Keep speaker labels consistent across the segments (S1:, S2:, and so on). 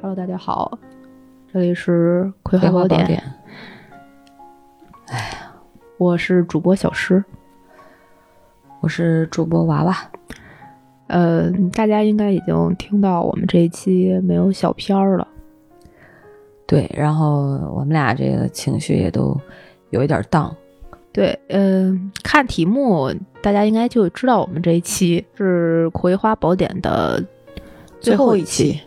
S1: Hello，大家好，这里是《葵花
S2: 葵花
S1: 宝典
S2: 宝》典，
S1: 我是主播小诗。
S2: 我是主播娃娃。
S1: 呃，大家应该已经听到我们这一期没有小片儿了，
S2: 对，然后我们俩这个情绪也都有一点儿荡，
S1: 对，嗯、看题目，大家应该就知道我们这一期是《葵花宝典》的最后一期。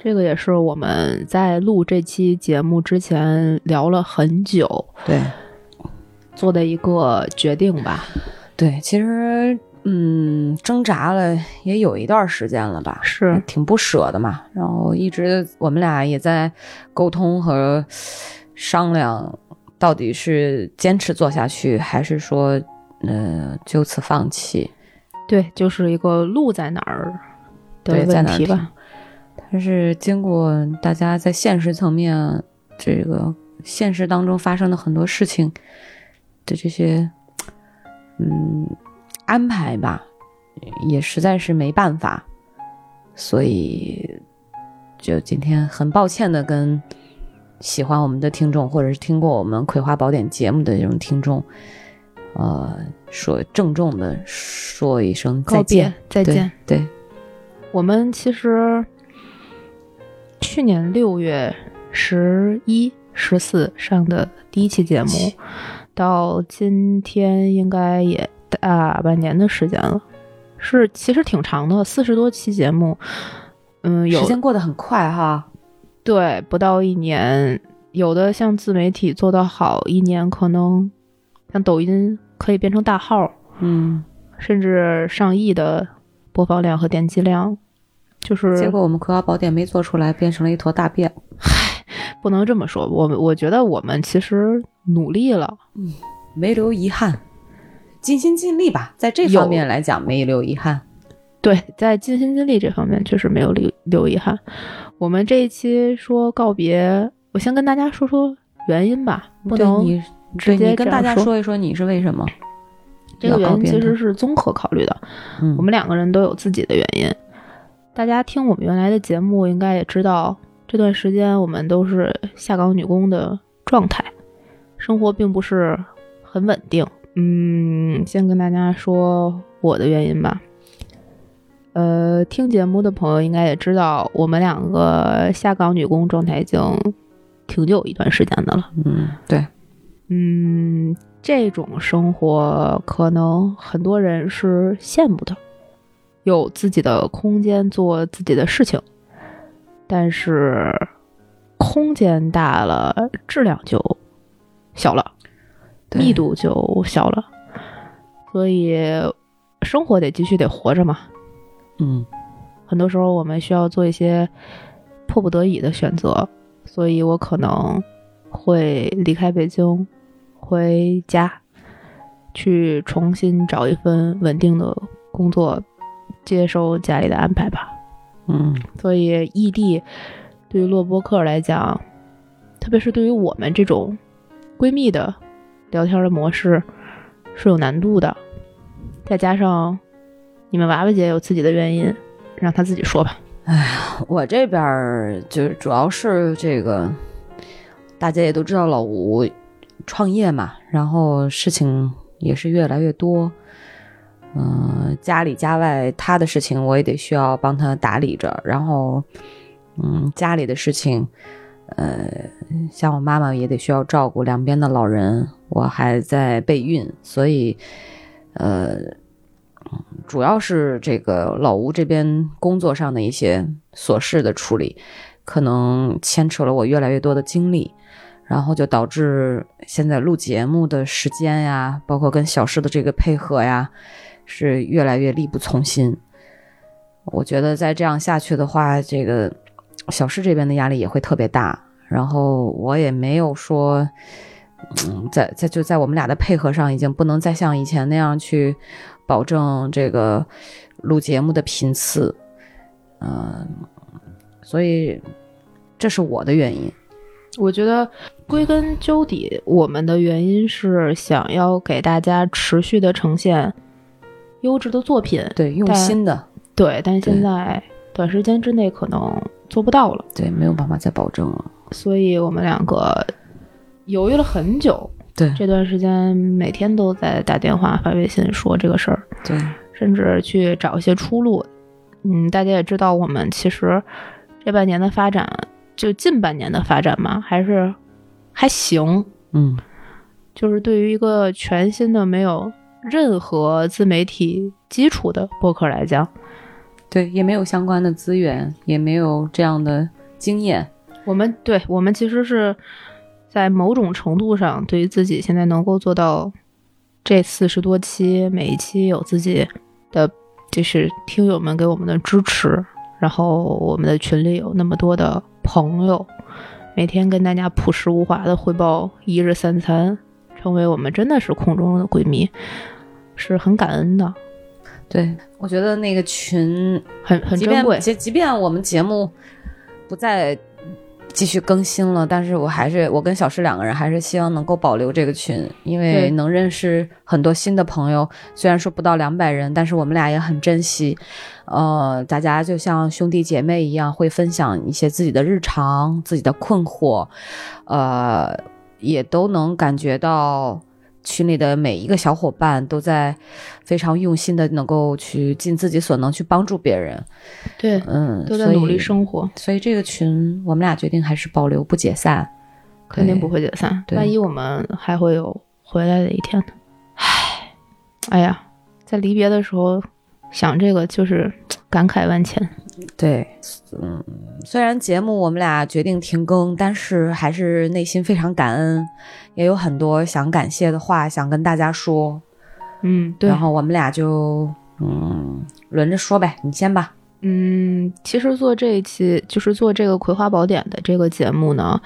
S1: 这个也是我们在录这期节目之前聊了很久
S2: 对
S1: 做的一个决定吧。
S2: 对，其实嗯，挣扎了也有一段时间了吧，嗯
S1: 是
S2: 挺不舍的嘛。然后一直我们俩也在沟通和商量，到底是坚持做下去，还是说呃就此放弃？
S1: 对，就是一个路在哪儿的
S2: 对在
S1: 问
S2: 哪儿
S1: 题吧。
S2: 停但是经过大家在现实层面这个现实当中发生的很多事情的这些，嗯，安排吧，也实在是没办法，所以就今天很抱歉的跟喜欢我们的听众，或者是听过我们《葵花宝典》节目的这种听众，呃，说郑重的说一声再
S1: 告别
S2: 见，，
S1: 再见。
S2: 对，对，
S1: 我们其实去年六月十一、十四上的第一期节目，到今天应该也大半年的时间了，是其实挺长的，四十多期节目，嗯，有
S2: 时间过得很快哈，
S1: 对不到一年，有的像自媒体做得好，一年可能像抖音可以变成大号，
S2: 嗯。
S1: 甚至上亿的播放量和点击量，就是
S2: 结果我们葵花宝典没做出来，变成了一坨大便。
S1: 不能这么说。我们我觉得我们其实努力了，
S2: 没留遗憾，尽心尽力吧，在这
S1: 有
S2: 方面来讲没留遗憾。
S1: 对，在尽心尽力这方面确实没有留留遗憾。我们这一期说告别，我先跟大家说说原因吧，不
S2: 对
S1: 能
S2: 你
S1: 直
S2: 对
S1: 接
S2: 你跟
S1: 这
S2: 大
S1: 样
S2: 家
S1: 说
S2: 说一说你是为什么
S1: 这个
S2: 要
S1: 原
S2: 告
S1: 因
S2: 别
S1: 其
S2: 呢
S1: 实是综合考虑的。
S2: 嗯，
S1: 我们两个人都有自己的原因。大家听我们原来的节目，应该也知道这段时间我们都是下岗女工的状态，生活并不是很稳定。嗯，先跟大家说我的原因吧。呃，听节目的朋友应该也知道，我们两个下岗女工状态已经挺久一段时间的了。
S2: 嗯对，
S1: 嗯，这种生活可能很多人是羡慕的，有自己的空间做自己的事情，但是空间大了，质量就小了，
S2: 对
S1: 密度就小了，所以生活得继续得活着嘛。
S2: 嗯
S1: 很多时候我们需要做一些迫不得已的选择，所以我可能会离开北京，回家，去重新找一份稳定的工作，接受家里的安排吧。
S2: 嗯
S1: 所以异地对于洛播客来讲，特别是对于我们这种闺蜜的聊天的模式是有难度的。再加上你们娃娃姐有自己的原因，让她自己说吧。
S2: 我这边儿就是主要是这个，大家也都知道老吴创业嘛，然后事情也是越来越多。嗯、家里家外他的事情我也得需要帮他打理着，然后，嗯，家里的事情，呃，像我妈妈也得需要照顾两边的老人，我还在备孕，所以，呃，主要是这个老吴这边工作上的一些琐事的处理，可能牵扯了我越来越多的精力，然后就导致现在录节目的时间呀，包括跟小诗的这个配合呀，是越来越力不从心。我觉得再这样下去的话，这个小诗这边的压力也会特别大，然后我也没有说。嗯，在在就在我们俩的配合上，已经不能再像以前那样去保证这个录节目的频次，嗯、所以这是我的原因。
S1: 我觉得归根究底，我们的原因是想要给大家持续的呈现优质的作品，
S2: 对，用
S1: 但
S2: 心的，
S1: 对，但是现
S2: 对
S1: 在短时间之内可能做不到了，
S2: 对，没有办法再保证了。
S1: 所以我们两个犹豫了很久。
S2: 对
S1: 这段时间每天都在打电话、发微信说这个事儿，
S2: 对，
S1: 甚至去找一些出路。嗯，大家也知道，我们其实这半年的发展，就近半年的发展嘛，还是还行。
S2: 嗯，
S1: 就是对于一个全新的、没有任何自媒体基础的播客来讲，
S2: 对，也没有相关的资源，也没有这样的经验。
S1: 我们对我们其实是在某种程度上，对于自己现在能够做到这四十多期，每一期有自己的就是听友们给我们的支持，然后我们的群里有那么多的朋友，每天跟大家朴实无华的汇报一日三餐，成为我们真的是空中的闺蜜，是很感恩的，
S2: 对，我觉得那个群
S1: 很很
S2: 即
S1: 珍
S2: 便
S1: 贵。
S2: 即即便我们节目不再继续更新了，但是我还是我跟小诗两个人还是希望能够保留这个群，因为
S1: 对
S2: 能认识很多新的朋友。虽然说不到两百人，但是我们俩也很珍惜。呃，大家就像兄弟姐妹一样，会分享一些自己的日常、自己的困惑，呃，也都能感觉到。群里的每一个小伙伴都在非常用心的，能够去尽自己所能去帮助别人，
S1: 对，
S2: 嗯，
S1: 都在
S2: 所以
S1: 努力生活，
S2: 所以这个群我们俩决定还是保留不解散，
S1: 肯定
S2: 对
S1: 不会解散。
S2: 对
S1: 万一我们还会有回来的一天呢？唉，哎呀，在离别的时候想这个就是感慨万千。
S2: 对，嗯，虽然节目我们俩决定停更，但是还是内心非常感恩，也有很多想感谢的话想跟大家说。
S1: 嗯，对
S2: 然。后我们俩就嗯轮着说呗，你先吧。
S1: 嗯，其实做这一期就是做这个《葵花宝典》的这个节目呢，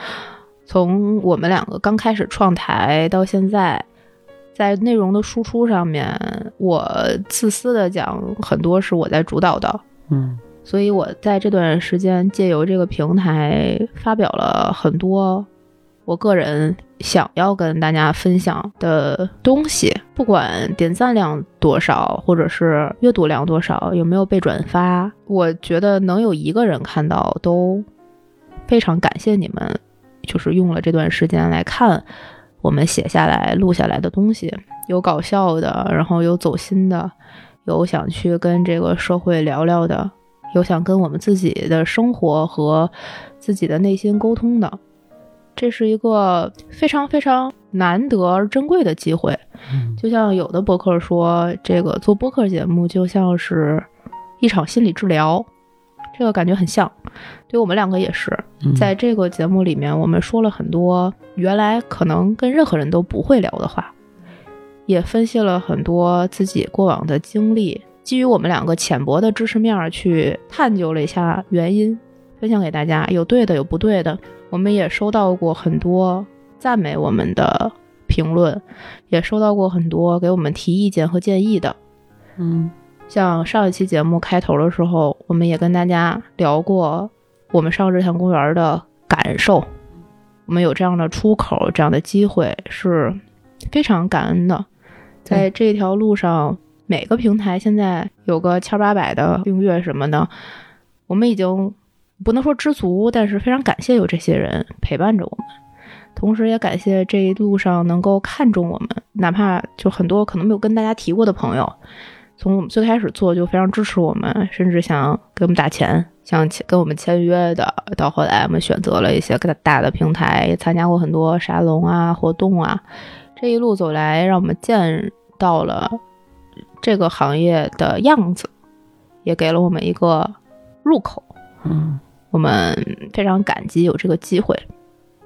S1: 从我们两个刚开始创台到现在，在内容的输出上面，我自私的讲，很多是我在主导的。
S2: 嗯，
S1: 所以我在这段时间借由这个平台发表了很多我个人想要跟大家分享的东西，不管点赞量多少，或者是阅读量多少，有没有被转发，我觉得能有一个人看到都非常感谢你们，就是用了这段时间来看我们写下来、录下来的东西，有搞笑的，然后有走心的，有想去跟这个社会聊聊的，有想跟我们自己的生活和自己的内心沟通的，这是一个非常非常难得而珍贵的机会。
S2: 嗯
S1: 就像有的博客说，这个做播客节目就像是一场心理治疗，这个感觉很像。对我们两个也是，
S2: 嗯
S1: 在这个节目里面，我们说了很多原来可能跟任何人都不会聊的话，也分析了很多自己过往的经历，基于我们两个浅薄的知识面儿去探究了一下原因，分享给大家。有对的，有不对的。我们也收到过很多赞美我们的评论，也收到过很多给我们提意见和建议的。
S2: 嗯
S1: 像上一期节目开头的时候，我们也跟大家聊过我们上日坛公园的感受，我们有这样的出口，这样的机会是非常感恩的。
S2: 对
S1: 在这条路上，每个平台现在有个千八百的订阅什么的，我们已经不能说知足，但是非常感谢有这些人陪伴着我们。同时，也感谢这一路上能够看重我们，哪怕就很多可能没有跟大家提过的朋友，从我们最开始做就非常支持我们，甚至想给我们打钱，想签跟我们签约的。到后来，我们选择了一些更大的平台，也参加过很多沙龙啊、活动啊。这一路走来，让我们见到了这个行业的样子，也给了我们一个入口。
S2: 嗯，
S1: 我们非常感激有这个机会。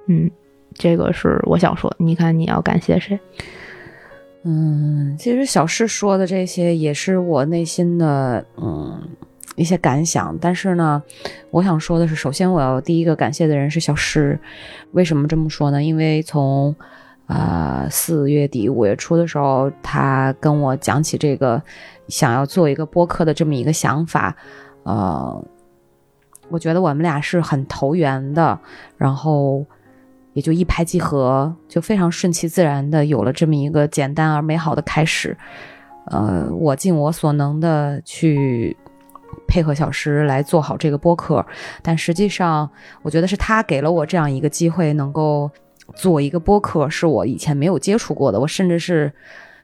S1: 嗯，这个是我想说，你看你要感谢谁？
S2: 嗯，其实小诗说的这些也是我内心的嗯一些感想，但是呢，我想说的是，首先我要第一个感谢的人是小诗。为什么这么说呢？因为从啊四、月底五月初的时候，他跟我讲起这个想要做一个播客的这么一个想法，呃，我觉得我们俩是很投缘的，然后也就一拍即合，就非常顺其自然的有了这么一个简单而美好的开始。呃，我尽我所能的去配合小石来做好这个播客，但实际上我觉得是他给了我这样一个机会，能够做一个播客，是我以前没有接触过的，我甚至是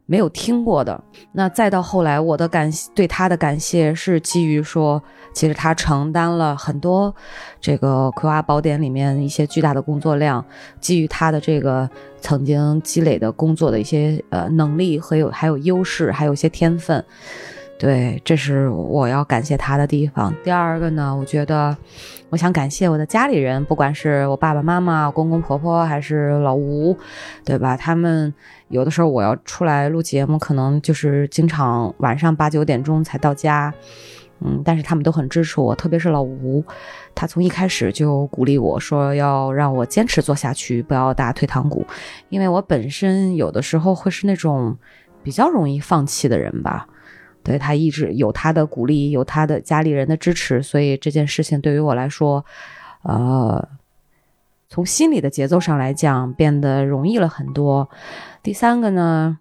S2: 没有听过的。那再到后来，我的感谢对他的感谢是基于说，其实他承担了很多这个《葵花宝典》里面一些巨大的工作量，基于他的这个曾经积累的工作的一些呃能力和有还有优势，还有一些天分。对，这是我要感谢他的地方。第二个呢，我觉得我想感谢我的家里人，不管是我爸爸妈妈、公公婆婆还是老吴，对吧？他们有的时候我要出来录节目，可能就是经常晚上八九点钟才到家，嗯，但是他们都很支持我，特别是老吴，他从一开始就鼓励我说要让我坚持做下去，不要打退堂鼓，因为我本身有的时候会是那种比较容易放弃的人吧。对他一直有他的鼓励，有他的家里人的支持，所以这件事情对于我来说，呃，从心理的节奏上来讲，变得容易了很多。第三个呢，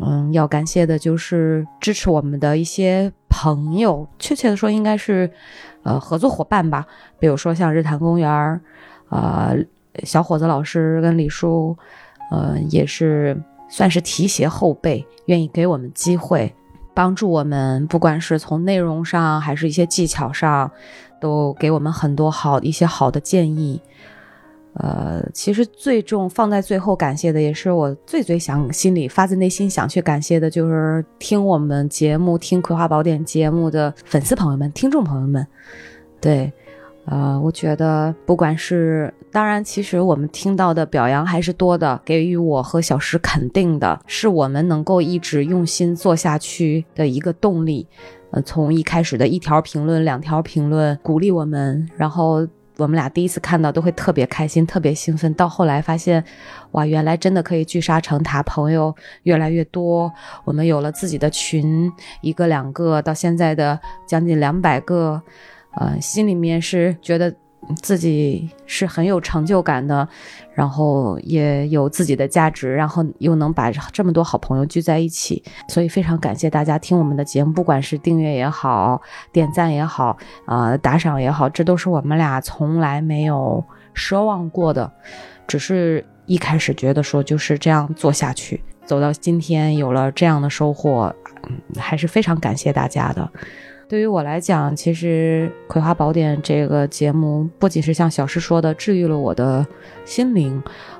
S2: 嗯，要感谢的就是支持我们的一些朋友，确切的说应该是，呃，合作伙伴吧，比如说像日坛公园儿，呃，小伙子老师跟李叔，呃，也是算是提携后辈，愿意给我们机会。帮助我们，不管是从内容上还是一些技巧上，都给我们很多好一些好的建议。呃，其实最重放在最后感谢的，也是我最最想心里发自内心想去感谢的，就是听我们节目、听《葵花宝典》节目的粉丝朋友们、听众朋友们。对，呃，我觉得不管是当然，其实我们听到的表扬还是多的，给予我和小石肯定的，是我们能够一直用心做下去的一个动力。呃，从一开始的一条评论、两条评论鼓励我们，然后我们俩第一次看到都会特别开心、特别兴奋，到后来发现，哇，原来真的可以聚沙成塔，朋友越来越多，我们有了自己的群，一个两个，到现在的将近两百个，呃，心里面是觉得。自己是很有成就感的，然后也有自己的价值，然后又能把这么多好朋友聚在一起，所以非常感谢大家听我们的节目，不管是订阅也好，点赞也好，啊、呃、打赏也好，这都是我们俩从来没有奢望过的，只是一开始觉得说就是这样做下去，走到今天有了这样的收获，嗯、还是非常感谢大家的。对于我来讲，其实《葵花宝典》这个节目不仅是像小诗说的治愈了我的心灵，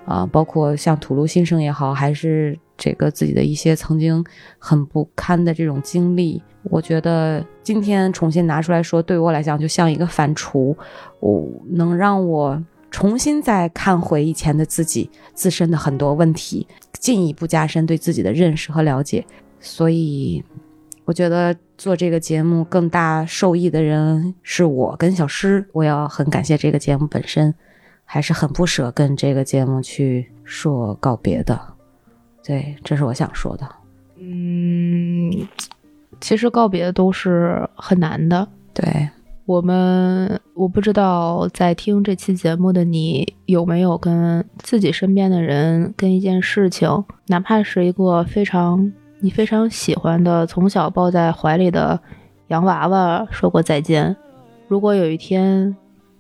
S2: 啊、呃，包括像吐露心声也好，还是这个自己的一些曾经很不堪的这种经历，我觉得今天重新拿出来说，对我来讲就像一个反刍，我、哦、能让我重新再看回以前的自己自身的很多问题，进一步加深对自己的认识和了解，所以。我觉得做这个节目更大受益的人是我跟小诗，我要很感谢这个节目本身，还是很不舍跟这个节目去说告别的。对，这是我想说的。
S1: 嗯，其实告别都是很难的。
S2: 对
S1: 我们，我不知道在听这期节目的你有没有跟自己身边的人、跟一件事情，哪怕是一个非常。你非常喜欢的，从小抱在怀里的洋娃娃说过再见。如果有一天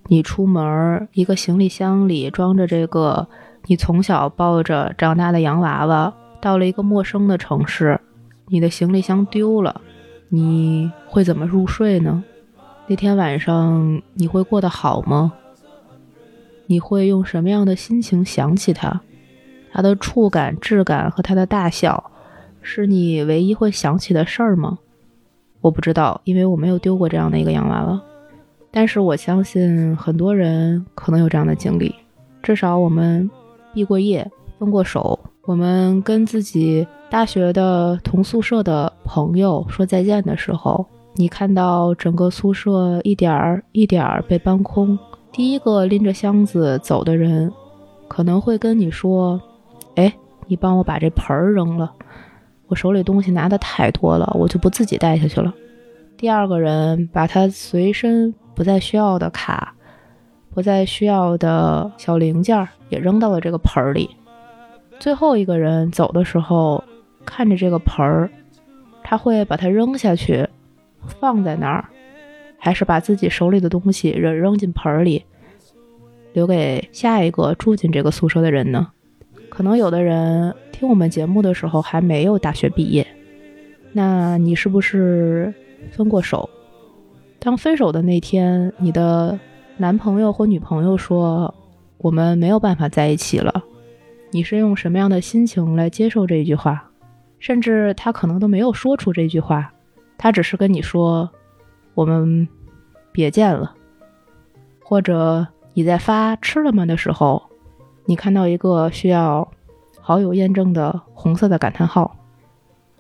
S1: 你出门，一个行李箱里装着这个你从小抱着长大的洋娃娃，到了一个陌生的城市，你的行李箱丢了，你会怎么入睡呢？那天晚上你会过得好吗？你会用什么样的心情想起它？它的触感、质感和它的大小。是你唯一会想起的事儿吗？我不知道，因为我没有丢过这样的一个洋娃娃。但是我相信很多人可能有这样的经历，至少我们毕过业、分过手，我们跟自己大学的同宿舍的朋友说再见的时候，你看到整个宿舍一点儿一点儿被搬空。第一个拎着箱子走的人，可能会跟你说：“哎，你帮我把这盆儿扔了。”我手里东西拿的太多了，我就不自己带下去了。第二个人把他随身不再需要的卡、不再需要的小零件也扔到了这个盆儿里。最后一个人走的时候，看着这个盆儿，他会把它扔下去，放在那儿，还是把自己手里的东西扔扔进盆儿里，留给下一个住进这个宿舍的人呢？可能有的人听我们节目的时候还没有大学毕业，那你是不是分过手？当分手的那天，你的男朋友或女朋友说我们没有办法在一起了，你是用什么样的心情来接受这句话？甚至他可能都没有说出这句话，他只是跟你说我们别见了，或者你在发吃了吗的时候，你看到一个需要好友验证的红色的感叹号，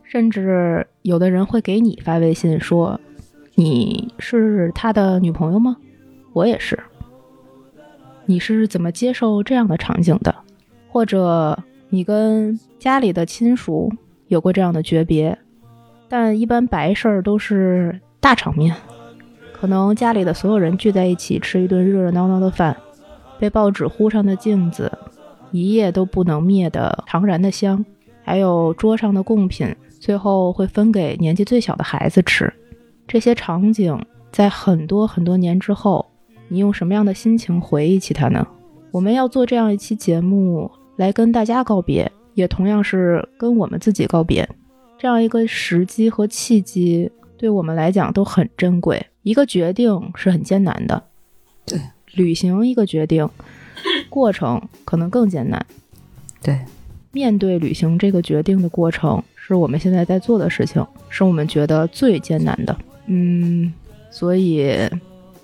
S1: 甚至有的人会给你发微信说：“你是他的女朋友吗？我也是。”你是怎么接受这样的场景的？或者你跟家里的亲属有过这样的诀别？但一般白事儿都是大场面，可能家里的所有人聚在一起吃一顿热热闹闹的饭，被报纸糊上的镜子，一夜都不能灭的长燃的香，还有桌上的贡品，最后会分给年纪最小的孩子吃。这些场景在很多很多年之后，你用什么样的心情回忆起它呢？我们要做这样一期节目来跟大家告别，也同样是跟我们自己告别。这样一个时机和契机，对我们来讲都很珍贵。一个决定是很艰难的，
S2: 对，
S1: 履行一个决定，过程可能更艰难。
S2: 对，
S1: 面对履行这个决定的过程，是我们现在在做的事情，是我们觉得最艰难的。嗯，所以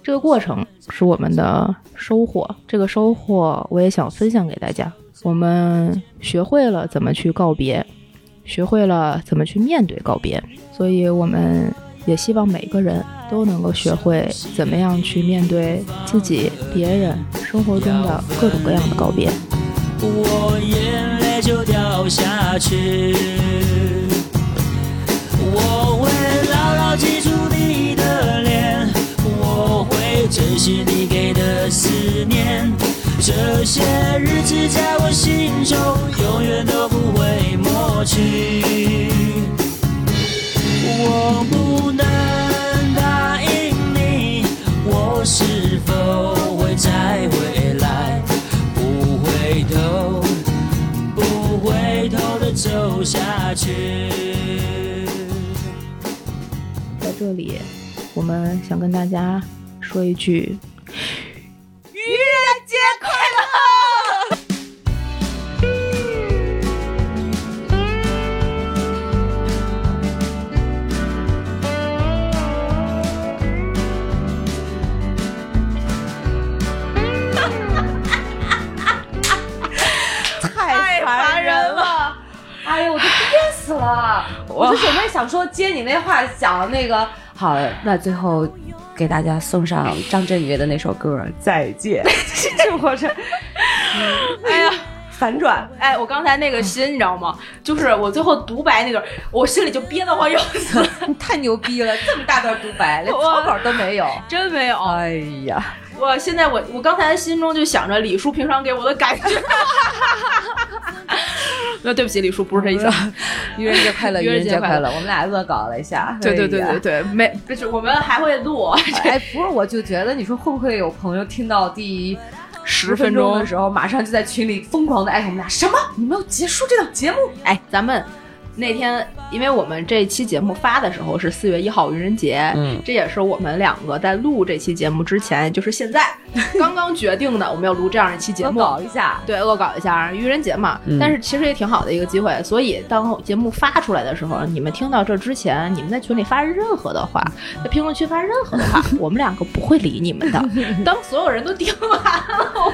S1: 这个过程是我们的收获，这个收获我也想分享给大家。我们学会了怎么去告别，学会了怎么去面对告别，所以我们也希望每个人都能够学会怎么样去面对自己、别人生活中的各种各样的告别。
S3: 我眼泪就掉下去。我会牢牢记住你的脸，我会珍惜你给的思念，这些日子在我心中永远都不会抹去。我不能答应你，我是否会再回来？不回头，不回头的走下去。
S1: 在这里，我们想跟大家说一句，
S2: 太烦人了！哎呦，我都憋死了！我就准备想说接你那话讲那个好，那最后给大家送上张震岳的那首歌《再 见》，这我这
S4: 哎呀，
S2: 反转。
S4: 哎，我刚才那个心你知道吗？就是我最后独白那段，我心里就憋得慌要死，
S2: 你 太牛逼了，这么大段独白，连草稿都没有。
S4: 真没有。
S2: 哎呀，
S4: 我现在我我刚才心中就想着李叔平常给我的感觉。 那对不起，李叔不是这意思。
S2: 愚人节快乐，愚
S4: 愚人
S2: 人
S4: 节
S2: 节快
S4: 快
S2: 乐！我们俩恶搞了一 下。
S4: 对对对
S2: 哎呀
S4: 对对，没不是我们还会录
S2: 哎，不是，我就觉得你说会不会有朋友听到第
S4: 十
S2: 分
S4: 分钟
S2: 的时候，马上就在群里疯狂的艾特我们俩，什么？你们要结束这档节目？
S4: 哎，咱们那天，因为我们这期节目发的时候是四月一号愚人节，
S2: 嗯
S4: 这也是我们两个在录这期节目之前，就是现在 刚刚决定的，我们要录这样一期节
S2: 恶
S4: 目。
S2: 搞一下。
S4: 对，恶搞一下愚人节嘛，
S2: 嗯
S4: 但是其实也挺好的一个机会。所以当节目发出来的时候，你们听到这之前，你们在群里发任何的话，在评论区发任何的 话，我们两个不会理你们的。当所有人都听完了，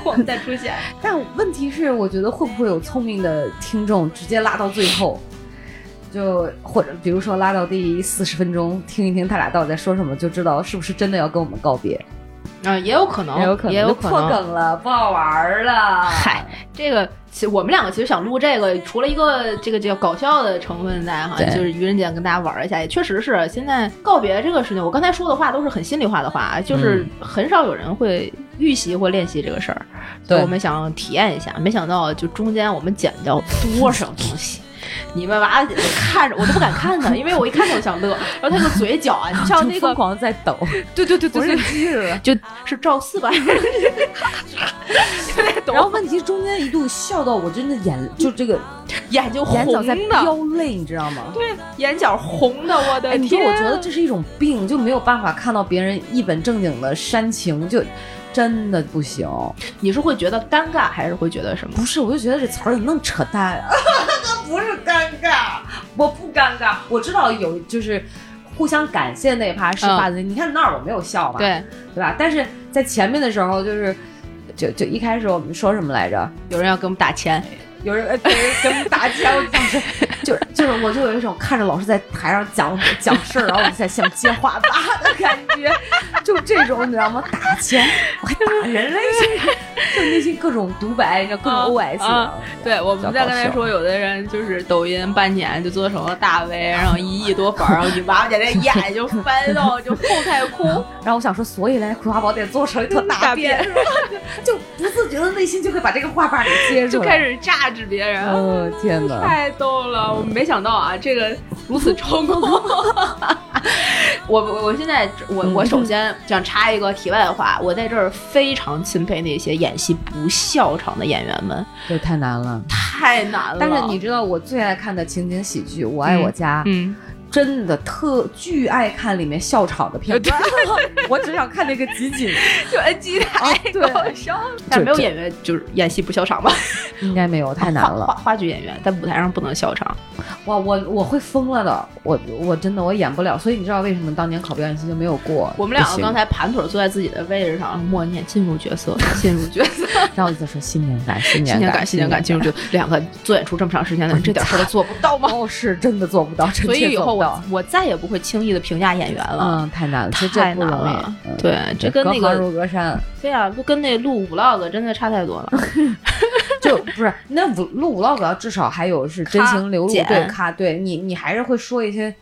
S4: 我们再出现。
S2: 但问题是，我觉得会不会有聪明的听众直接拉到最后，就或者比如说拉到第四十分钟，听一听他俩到底在说什么，就知道是不是真的要跟我们告别，哦
S4: 啊、也有可能，
S2: 也有可能
S4: 也有
S2: 就
S4: 可
S2: 破
S4: 能。
S2: 梗了，不好玩了。
S4: 嗨，这个其我们两个其实想录这个，除了一个这个这个搞笑的成分在哈，
S2: 对
S4: 就是愚人节跟大家玩一下，也确实是现在告别这个事情，我刚才说的话都是很心里话的话，就是
S2: 嗯
S4: 很少有人会预习或练习这个事儿，所以
S2: 对
S4: 我们想体验一下，没想到就中间我们剪掉多少东西。
S1: 你们娃看着我都不敢看他，因为我一看他我就想乐，然后他那个嘴角啊，就像那
S2: 疯
S1: 个，
S2: 狂在抖，
S1: 对对对对对，
S5: 机了。
S2: 啊
S1: 就是赵四 吧，
S2: 然后问题中间一度笑到我真的眼就这个
S1: 眼睛
S2: 眼
S1: 红
S2: 角在
S1: 的，
S2: 飙泪，你知道吗？
S1: 对，眼角红的，我
S2: 哎，
S1: 的
S2: 你说
S1: 天，啊
S2: 我觉得这是一种病，就没有办法看到别人一本正经的煽情，就真的不行。
S1: 你是会觉得尴尬，还是会觉得什么？
S2: 不是，我就觉得这词儿怎么那么扯淡啊？ 那不是尴尬，我不尴尬。我知道有就是互相感谢那一趴是发的，你看那儿我没有笑嘛，
S1: 嗯对，
S2: 对吧？但是在前面的时候就是。就就一开始我们说什么来着？
S1: 有人要给我们打钱，
S2: 有人呃有人给我们打钱，我当时 就是就是我就有一种看着老师在台上讲讲事儿，然后我在下面接话吧的感觉，就这种你知道吗？打钱，我还打人嘞， 就就内心各种独白，你知道各
S1: 啊
S2: 种 OS，、
S1: 啊对，我们在刚
S2: 比较
S1: 才
S2: 搞笑
S1: 说，有的人就是抖音半年就做成了大 V，然后一亿多粉儿，然后你娃娃姐这眼就翻到就后 太空，
S2: 然后我想说，所以嘞，《葵花宝典》做成一坨嗯大便，
S1: 大
S2: 就不自觉的内心就会把这个画板给接住，
S1: 就开。始榨制别人。
S2: 哦天哪！
S1: 嗯太逗了，我没想到啊，这个如此成功。 我我我现在我我首先想插一个题外话，我在这儿非常钦佩那些演戏不笑场的演员们，
S2: 这太难了。
S1: 太难了。
S2: 但是你知道我最爱看的情景喜剧《我爱我家》，
S1: 嗯，
S2: 真的特巨爱看里面笑场的片 段。 我只想看那个集锦，
S1: 就哎鸡太搞笑了，但是没有演员就是演戏不笑场吧？
S2: 应该没有，太难
S1: 话
S2: 了。
S1: 话话剧演员在舞台上不能笑场，
S2: 哇，我我会疯了的，我我真的我演不了，所以你知道为什么当年考表演系就没有过？
S1: 我们两个
S2: 不行
S1: 刚，才盘腿坐在自己的位置上，默念进入角 色，进入角色，
S2: 然后我就在说新年感，新
S1: 新
S2: 年
S1: 年
S2: 感，
S1: 感，新年感，进入角色。两个做演出这么长时间的 人，这点事儿都做不到吗？
S2: 哦，是真的做不到，真
S1: 所以
S2: 切
S1: 以
S2: 做
S1: 后
S2: 不到
S1: 我我再也不会轻易的评价演员了。
S2: 嗯，太难了，这
S1: 太
S2: 这不
S1: 难
S2: 容易
S1: 了。
S2: 嗯，
S1: 对，这跟那
S2: 隔行
S1: 个
S2: 如隔山，
S1: 对啊，就跟那录 vlog 真的差太多了。
S2: 就不是那五录 vlog 要至少还有是真
S1: 咔
S2: 情流露，
S1: 剪
S2: 对咔，对你你还是会说一些，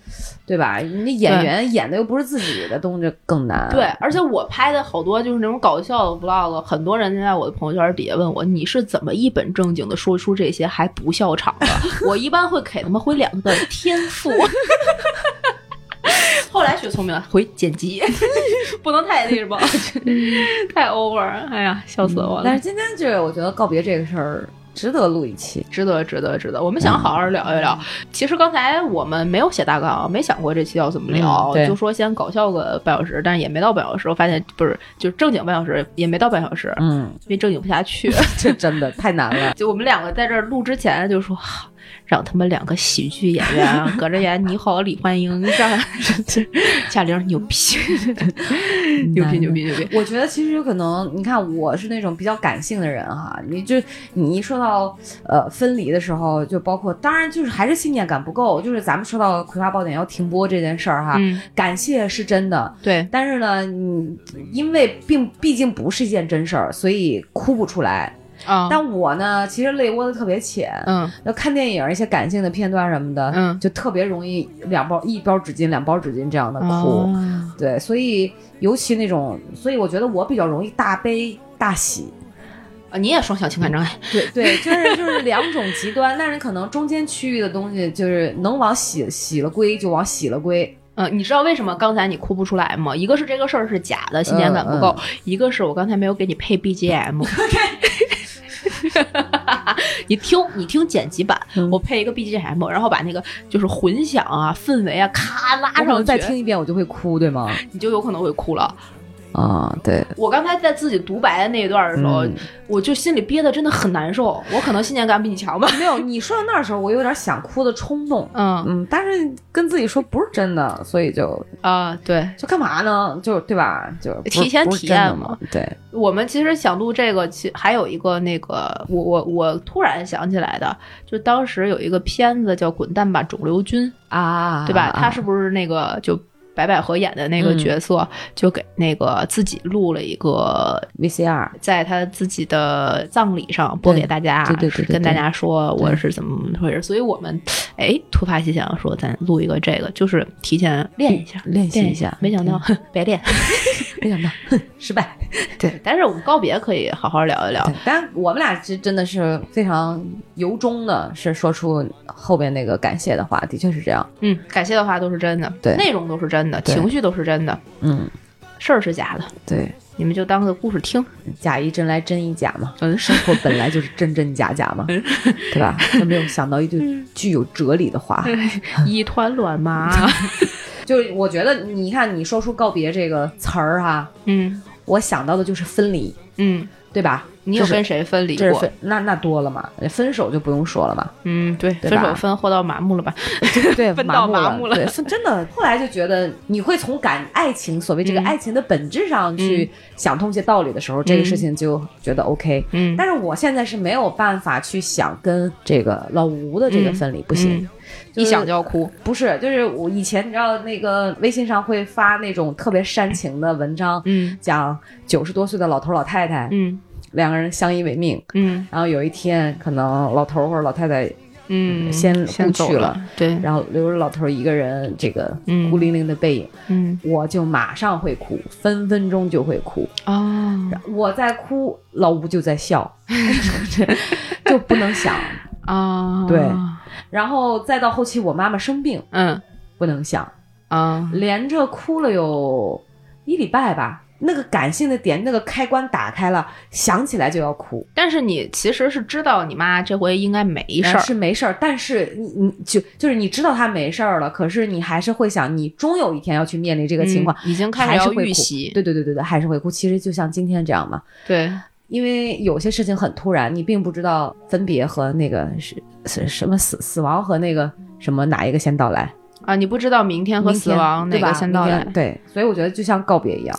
S2: 对吧？你演员演的又不是自己的东西，更难。
S1: 对，而且我拍的好多就是那种搞笑的 vlog，很多人在我的朋友圈底下问我，你是怎么一本正经的说出这些还不笑场的？ 我一般会给他们回两个的天赋。 后来学聪明了，回剪辑， 不能太那什么， 太 over，哎呀，笑死我了。
S2: 嗯但是今天这个我觉得告别这个事儿值得录一期，
S1: 值得，值得，值得。我们
S2: 嗯
S1: 想好好聊一聊。其实刚才我们没有写大纲，没想过这期要怎么聊
S2: 嗯，对
S1: 就说先搞笑个半小时，但是也没到半小时。我发现不是，就是正经半小时也没到半小时，
S2: 嗯，
S1: 因为正经不下去。
S2: 这真的太难了。
S1: 就我们两个在这儿录之前就说，啊让他们两个喜剧演员啊搁着演你好李焕英， 让贾玲牛 逼，牛逼，牛逼，牛逼。
S2: 我觉得其实有可能，你看我是那种比较感性的人哈，你就你一说到呃分离的时候，就包括当然就是还是信念感不够，就是咱们说到《葵花宝典》要停播这件事儿哈，
S1: 嗯，
S2: 感谢是真的，
S1: 对，
S2: 但是呢，你因为并毕竟不是一件真事儿，所以哭不出来。
S1: 啊，
S2: 但我呢，其实泪窝的特别浅，
S1: 嗯
S2: 要看电影一些感性的片段什么的，
S1: 嗯
S2: 就特别容易两包一包纸巾两包纸巾这样的哭。
S1: 哦
S2: 对，所以尤其那种，所以我觉得我比较容易大悲大喜，
S1: 啊，你也双向情感障碍。
S2: 对对，就是就是两种极端，但是可能中间区域的东西就是能往喜喜了归就往喜了归，
S1: 嗯，你知道为什么刚才你哭不出来吗？一个是这个事儿是假的，新鲜感不够；
S2: 嗯
S1: 一个是我刚才没有给你配 BGM。你听，你听剪辑版，
S2: 嗯
S1: 我配一个 BGM，然后把那个就是混响啊、氛围啊，咔拉
S2: 我可能
S1: 上
S2: 再
S1: 去，
S2: 听一遍我就会哭，对吗？
S1: 你就有可能会哭了。
S2: 啊、对，
S1: 我刚才在自己独白的那一段的时候，
S2: 嗯
S1: 我就心里憋的真的很难受。我可能新鲜感比你强吧。
S2: 没有，你说到那儿的时候，我有点想哭的冲动。
S1: 嗯
S2: 嗯，但是跟自己说不是真的，所以就
S1: 啊、对，
S2: 就干嘛呢？就对吧？就不是
S1: 提前
S2: 不是
S1: 体
S2: 真的
S1: 验
S2: 嘛
S1: 嘛。
S2: 对，
S1: 我们其实想录这个，其还有一个那个，我我我突然想起来的，就当时有一个片子叫《滚蛋吧肿瘤君》，
S2: 啊嗯
S1: 对吧？他
S2: 是
S1: 是不是那个就白百合演的那个角色，就给那个自己录了一个，
S2: VCR，
S1: 在他自己的葬礼上播给大家，
S2: 对对对对对
S1: 跟大家说我是怎么回事。所以我们哎突发奇想说，咱录一个这个，就是提前练一下。
S2: 练习
S1: 练
S2: 一下，嗯
S1: 没想到 白练。
S2: 没想到哼失败。
S1: 对，但是我们告别可以好好聊一聊
S2: 对。，但我们俩是真的是非常由衷的，是说出后边那个感谢的话，的确是这样。
S1: 嗯，感谢的话都是真的，
S2: 对
S1: 内容都是真的，
S2: 对
S1: 情绪都是真的，
S2: 嗯，
S1: 事儿是假的，
S2: 对，
S1: 你们就当个故事 听。
S2: 假一真来真一假嘛，
S1: 嗯
S2: 生活本来就是真真假假嘛，对 吧？都没有想到一句具有哲理的话，
S1: 一团乱麻。
S2: 就是我觉得你看你说出告别这个词儿哈，
S1: 嗯
S2: 我想到的就是分离，
S1: 嗯，
S2: 对吧？
S1: 你有
S2: 这是
S1: 跟谁分离
S2: 这是
S1: 过？
S2: 分那那多了嘛，分手就不用说了 嘛，
S1: 嗯，对，
S2: 对
S1: 分
S2: 吧
S1: 手分后到麻木了吧？
S2: 对，
S1: 分到麻
S2: 木
S1: 木了
S2: 对，分真的。后来就觉得你会从感爱情，所谓这个
S1: 嗯
S2: 爱情的本质上去想通一些道理的时候，这个
S1: 嗯
S2: 事情就觉得 OK。
S1: 嗯，
S2: 但是我现在是没有办法去想跟这个老吴的这个分离，不行，
S1: 嗯
S2: 就是
S1: 一想就要哭。
S2: 不是，就是我以前你知道那个微信上会发那种特别煽情的文章，
S1: 嗯
S2: 讲九十多岁的老头儿老太太、
S1: 嗯
S2: 两个人相依为命，
S1: 嗯
S2: 然后有一天可能老头儿或者老太太
S1: 嗯，
S2: 先
S1: 先
S2: 故
S1: 走
S2: 去
S1: 了
S2: 了。
S1: 对，
S2: 然后留着老头儿一个人，这个
S1: 嗯
S2: 孤零零的背影，
S1: 嗯
S2: 我就马上会哭，分分钟就会哭。
S1: 哦
S2: 我在哭，老吴就在笑， 就不能想。
S1: 啊，
S2: 对然后再到后期，我妈妈生病，
S1: 嗯
S2: 不能想，
S1: 啊，
S2: 连着哭了有一礼拜吧。那个感性的点，那个开关打开了，想起来就要哭。
S1: 但是你其实是知道你妈这回应该没事儿。
S2: 是没事儿，但是你你就就是你知道他没事儿了，可是你还是会想，你终有一天要去面临这个情况，
S1: 嗯已经开始
S2: 还是
S1: 要
S2: 会
S1: 预
S2: 哭
S1: 习
S2: 对对对对对，还是会哭。其实就像今天这样嘛，
S1: 对，
S2: 因为有些事情很突然，你并不知道分别和那个是是什么死死亡和那个什么哪一个先到来，
S1: 啊，你不知道明天和
S2: 明
S1: 死亡哪
S2: 对吧
S1: 个先到来
S2: 明天。对，所以我觉得就像告别一样，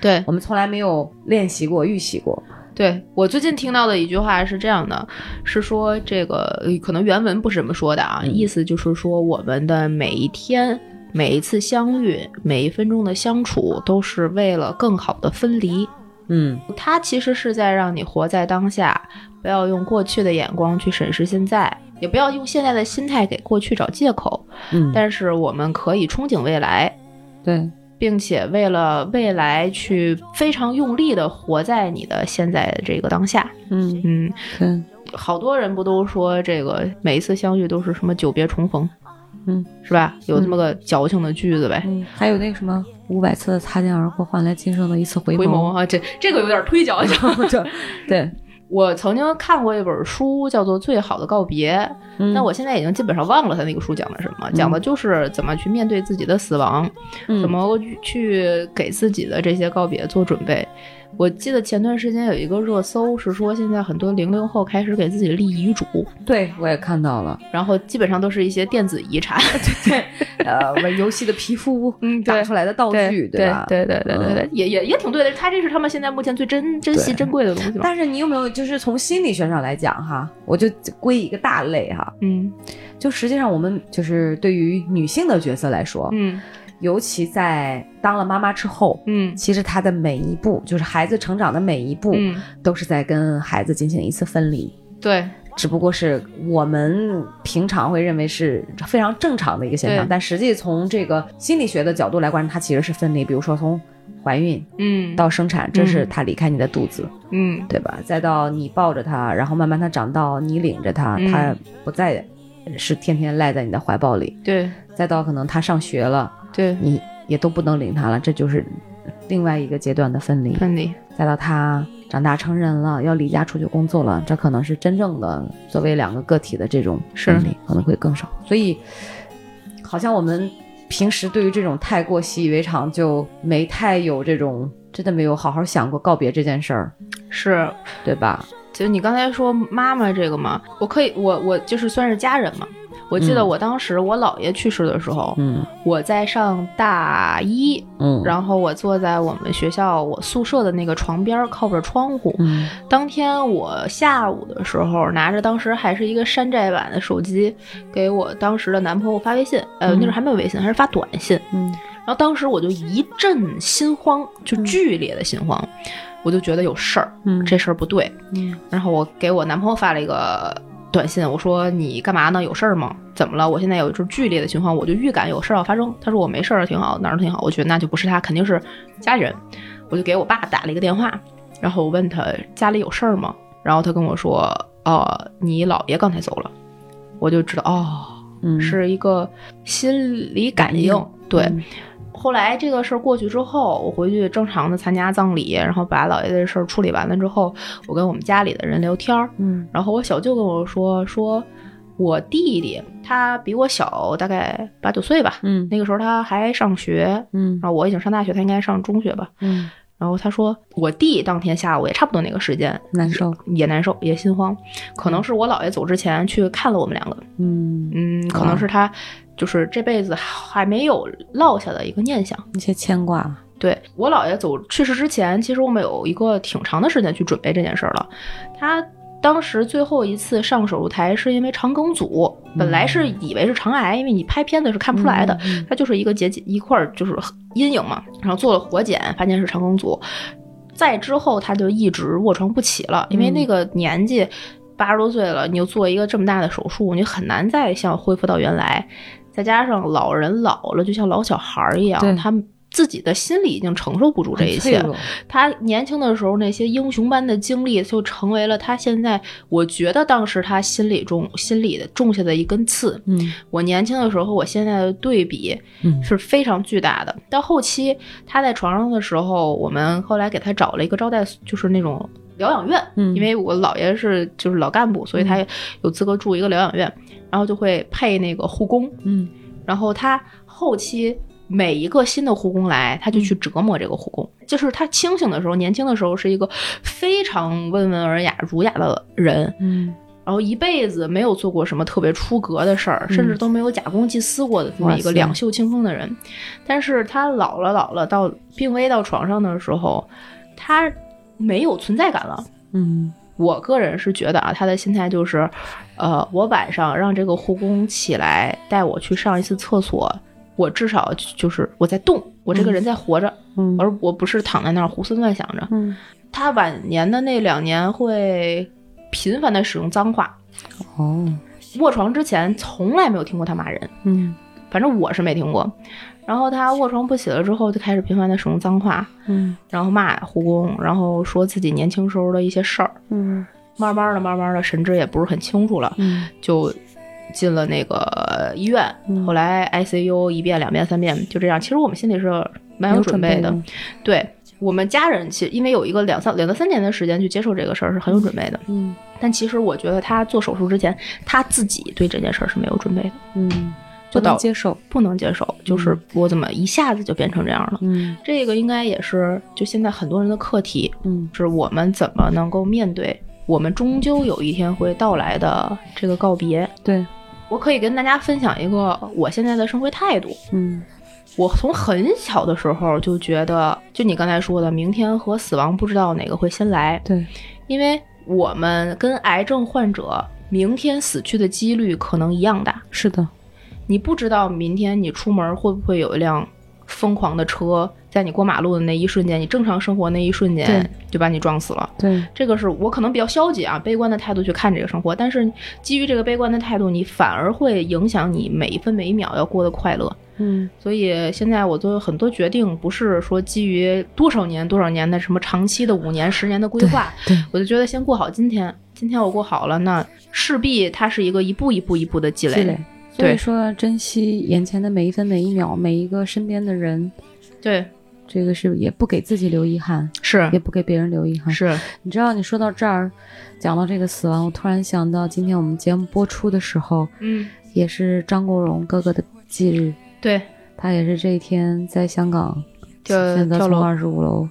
S1: 对
S2: 我们从来没有练习过、预习过。
S1: 对，我最近听到的一句话是这样的，是说这个呃可能原文不是这么说的啊，意思就是说我们的每一天、每一次相遇、每一分钟的相处，都是为了更好的分离。
S2: 嗯，
S1: 它其实是在让你活在当下，不要用过去的眼光去审视现在，也不要用现在的心态给过去找借口。
S2: 嗯
S1: 但是我们可以憧憬未来，
S2: 对，
S1: 并且为了未来去非常用力的活在你的现在的这个当下。
S2: 嗯
S1: 嗯，
S2: 对，
S1: 好多人不都说这个每一次相遇都是什么久别重逢，
S2: 嗯，
S1: 是吧？有这么个矫情的句子呗。
S2: 嗯，还有那个什么五百次的擦肩而过换来今生的一次回
S1: 回眸啊，这这个有点忒矫情。
S2: 就 对，
S1: 我曾经看过一本书，叫做《最好的告别》，
S2: 嗯
S1: 但我现在已经基本上忘了他那个书讲的什么，讲的就是怎么去面对自己的死亡，
S2: 嗯
S1: 怎么去给自己的这些告别做准备。我记得前段时间有一个热搜是说，现在很多零零后开始给自己立遗嘱，
S2: 对我也看到了，
S1: 然后基本上都是一些电子遗产。
S2: 对，呃，玩游戏的皮肤，
S1: 嗯对
S2: 打出来的道具，
S1: 对
S2: 吧？
S1: 对对对对
S2: 嗯
S1: 对，也也也挺对的。他这是他们现在目前最珍珍惜
S2: 对
S1: 珍贵的东西嘛。
S2: 但是你有没有就是从心理学上来讲哈，我就归一个大类哈，
S1: 嗯
S2: 就实际上我们就是对于女性的角色来说，
S1: 嗯
S2: 尤其在当了妈妈之后，
S1: 嗯
S2: 其实她的每一步，就是孩子成长的每一步，
S1: 嗯，
S2: 都是在跟孩子进行一次分离。
S1: 对
S2: 只不过是我们平常会认为是非常正常的一个现象
S1: 对，
S2: 但实际从这个心理学的角度来观察，它其实是分离。比如说从怀孕
S1: 嗯
S2: 到生产，这是她离开你的肚子，
S1: 嗯
S2: 对吧？再到你抱着他，然后慢慢他长到你领着他，
S1: 嗯
S2: 他不再是天天赖在你的怀抱里，
S1: 对
S2: 再到可能他上学了，
S1: 对
S2: 你也都不能领他了，这就是另外一个阶段的分离。
S1: 分离
S2: 再到他长大成人了，要离家出去工作了，这可能是真正的作为两个个体的这种
S1: 是
S2: 分离可能会更少。所以，好像我们平时对于这种太过习以为常，就没太有这种真的没有好好想过告别这件事儿，
S1: 是。
S2: 对吧？
S1: 就你刚才说妈妈这个嘛，我可以，我我就是算是家人嘛。我记得
S2: 嗯
S1: 我当时我姥爷去世的时候，
S2: 嗯。
S1: 我在上大一，
S2: 嗯，后
S1: 然后我坐在我们学校我宿舍的那个床边儿，靠着窗户，
S2: 嗯
S1: 当天我下午的时候，拿着当时还是一个山寨版的手机，给我当时的男朋友发微信，呃，
S2: 嗯
S1: 那时候还没有微信，还是发短信。
S2: 嗯
S1: 然后当时我就一阵心慌，就剧烈的心慌，我就觉得有事儿，
S2: 嗯
S1: 这事儿不对。
S2: 嗯
S1: 然后我给我男朋友发了一个短信，我说你干嘛呢？有事儿吗？怎么了？我现在有一种剧烈的情况，我就预感有事儿要发生。他说我没事儿，挺好，哪儿都挺好。我觉得那就不是他，肯定是啊家里人。我就给我爸打了一个电话，然后我问他家里有事儿吗？然后他跟我说，哦，你姥爷刚才走了。我就知道，哦，
S2: 嗯
S1: 是一个心理感应，对。
S2: 嗯
S1: 后来这个事儿过去之后，我回去正常的参加葬礼，然后把姥爷的事儿处理完了之后，我跟我们家里的人聊天儿，
S2: 嗯
S1: 然后我小舅跟我说，说我弟弟他比我小大概八九岁吧，
S2: 嗯
S1: 那个时候他还上学，
S2: 嗯
S1: 然后我已经上大学，他应该上中学吧。
S2: 嗯，
S1: 然后他说，我弟当天下午也差不多那个时间
S2: 难受，
S1: 也难受，也心慌，可能是我姥爷走之前去看了我们两个，
S2: 嗯，
S1: 嗯，可能是他就是这辈子还没有落下的一个念想。
S2: 一些牵挂，
S1: 对我姥爷走去世之前，其实我们有一个挺长的时间去准备这件事儿了。他当时最后一次上手术台是因为肠梗阻，本来是以为是肠癌，因为你拍片子是看不出
S2: 嗯
S1: 来的，它就是一个结节一块儿就是阴影嘛。然后做了活检，发现是肠梗阻。再之后他就一直卧床不起了，因为
S2: 嗯
S1: 那个年纪八十多岁了，你又做一个这么大的手术，你很难再像恢复到原来。再加上老人老了，就像老小孩儿一
S2: 对
S1: 样，他们自己的心理已经承受不住这一
S2: 很脆
S1: 切。
S2: 弱，
S1: 他年轻的时候那些英雄般的经历，就成为了他现在，我觉得当时他心里中心里的种下的一根刺。
S2: 嗯
S1: 我年轻的时候，我现在的对比
S2: 嗯
S1: 是非常巨大的。到后期他在床上的时候，我们后来给他找了一个招待，就是那种疗养院，
S2: 嗯
S1: 因为我姥爷是就是老干部，所以他有资格住一个疗养院，然后就会配那个护工，
S2: 嗯
S1: 然后他后期每一个新的护工来，他就去折磨这个护工。就是他清醒的时候，年轻的时候是一个非常温文尔雅、儒雅的人，
S2: 嗯，
S1: 然后一辈子没有做过什么特别出格的事儿，
S2: 嗯
S1: 甚至都没有假公济私过的这么一
S2: 哇塞
S1: 个两袖清风的人。但是他老了，老了，到病危到床上的时候，他没有存在感了。
S2: 嗯
S1: 我个人是觉得啊，他的心态就是，呃，我晚上让这个护工起来带我去上一次厕所，我至少就是我在动，我这个人在活着，
S2: 嗯
S1: 而我不是躺在那儿胡思乱想着。
S2: 嗯，
S1: 他晚年的那两年会频繁的使用脏话，
S2: 哦，
S1: 卧床之前从来没有听过他骂人，
S2: 嗯
S1: 反正我是没听过。然后他卧床不起了之后，就开始频繁的使用脏话，
S2: 嗯
S1: 然后骂护工，然后说自己年轻时候的一些事儿。
S2: 嗯
S1: 慢慢的，慢慢的，神志也不是很清楚了，
S2: 嗯
S1: 就进了那个医院，
S2: 嗯
S1: 后来 ICU 一遍、两遍、三遍，就这样。其实我们心里是蛮
S2: 有
S1: 准
S2: 准备
S1: 的，
S2: 的
S1: 对我们家人其实因为有一个两三两到三年的时间去接受这个事儿是很有准备的。
S2: 嗯
S1: 但其实我觉得他做手术之前，他自己对这件事儿是没有准备的，
S2: 嗯，
S1: 就
S2: 不
S1: 到
S2: 能接受，
S1: 不能接受，就是我怎么一下子就变成这样了。
S2: 嗯
S1: 这个应该也是就现在很多人的课题，
S2: 嗯
S1: 是我们怎么能够面对我们终究有一天会到来的这个告别。
S2: 对，
S1: 我可以跟大家分享一个我现在的生活态度。
S2: 嗯
S1: 我从很小的时候就觉得，就你刚才说的，明天和死亡不知道哪个会先来，
S2: 对，
S1: 因为我们跟癌症患者明天死去的几率可能一样大。
S2: 是的，
S1: 你不知道明天你出门会不会有一辆疯狂的车，在你过马路的那一瞬间，你正常生活那一瞬间
S2: 对
S1: 就把你撞死了。
S2: 对，
S1: 这个是我可能比较消极啊、悲观的态度去看这个生活，但是基于这个悲观的态度，你反而会影响你每一分每一秒要过的快乐。
S2: 嗯
S1: 所以现在我做很多决定，不是说基于多少年多少年的什么长期的五年、十年的规划，
S2: 对，
S1: 我就觉得先过好今天。今天我过好了，那势必它是一个一步一步一步的积累。
S2: 积累。所以
S1: 对
S2: 说，珍惜眼前的每一分每一秒，每一个身边的人，
S1: 对，
S2: 这个是也不给自己留遗憾，
S1: 是
S2: 也不给别人留遗憾。
S1: 是，
S2: 你知道，你说到这儿，讲到这个死亡，我突然想到，今天我们节目播出的时候，
S1: 嗯，
S2: 也是张国荣哥哥的忌日，
S1: 对。
S2: 他也是这一天在香港
S1: 跳
S2: 选择
S1: 跳
S2: 从
S1: 楼
S2: 二十五楼啊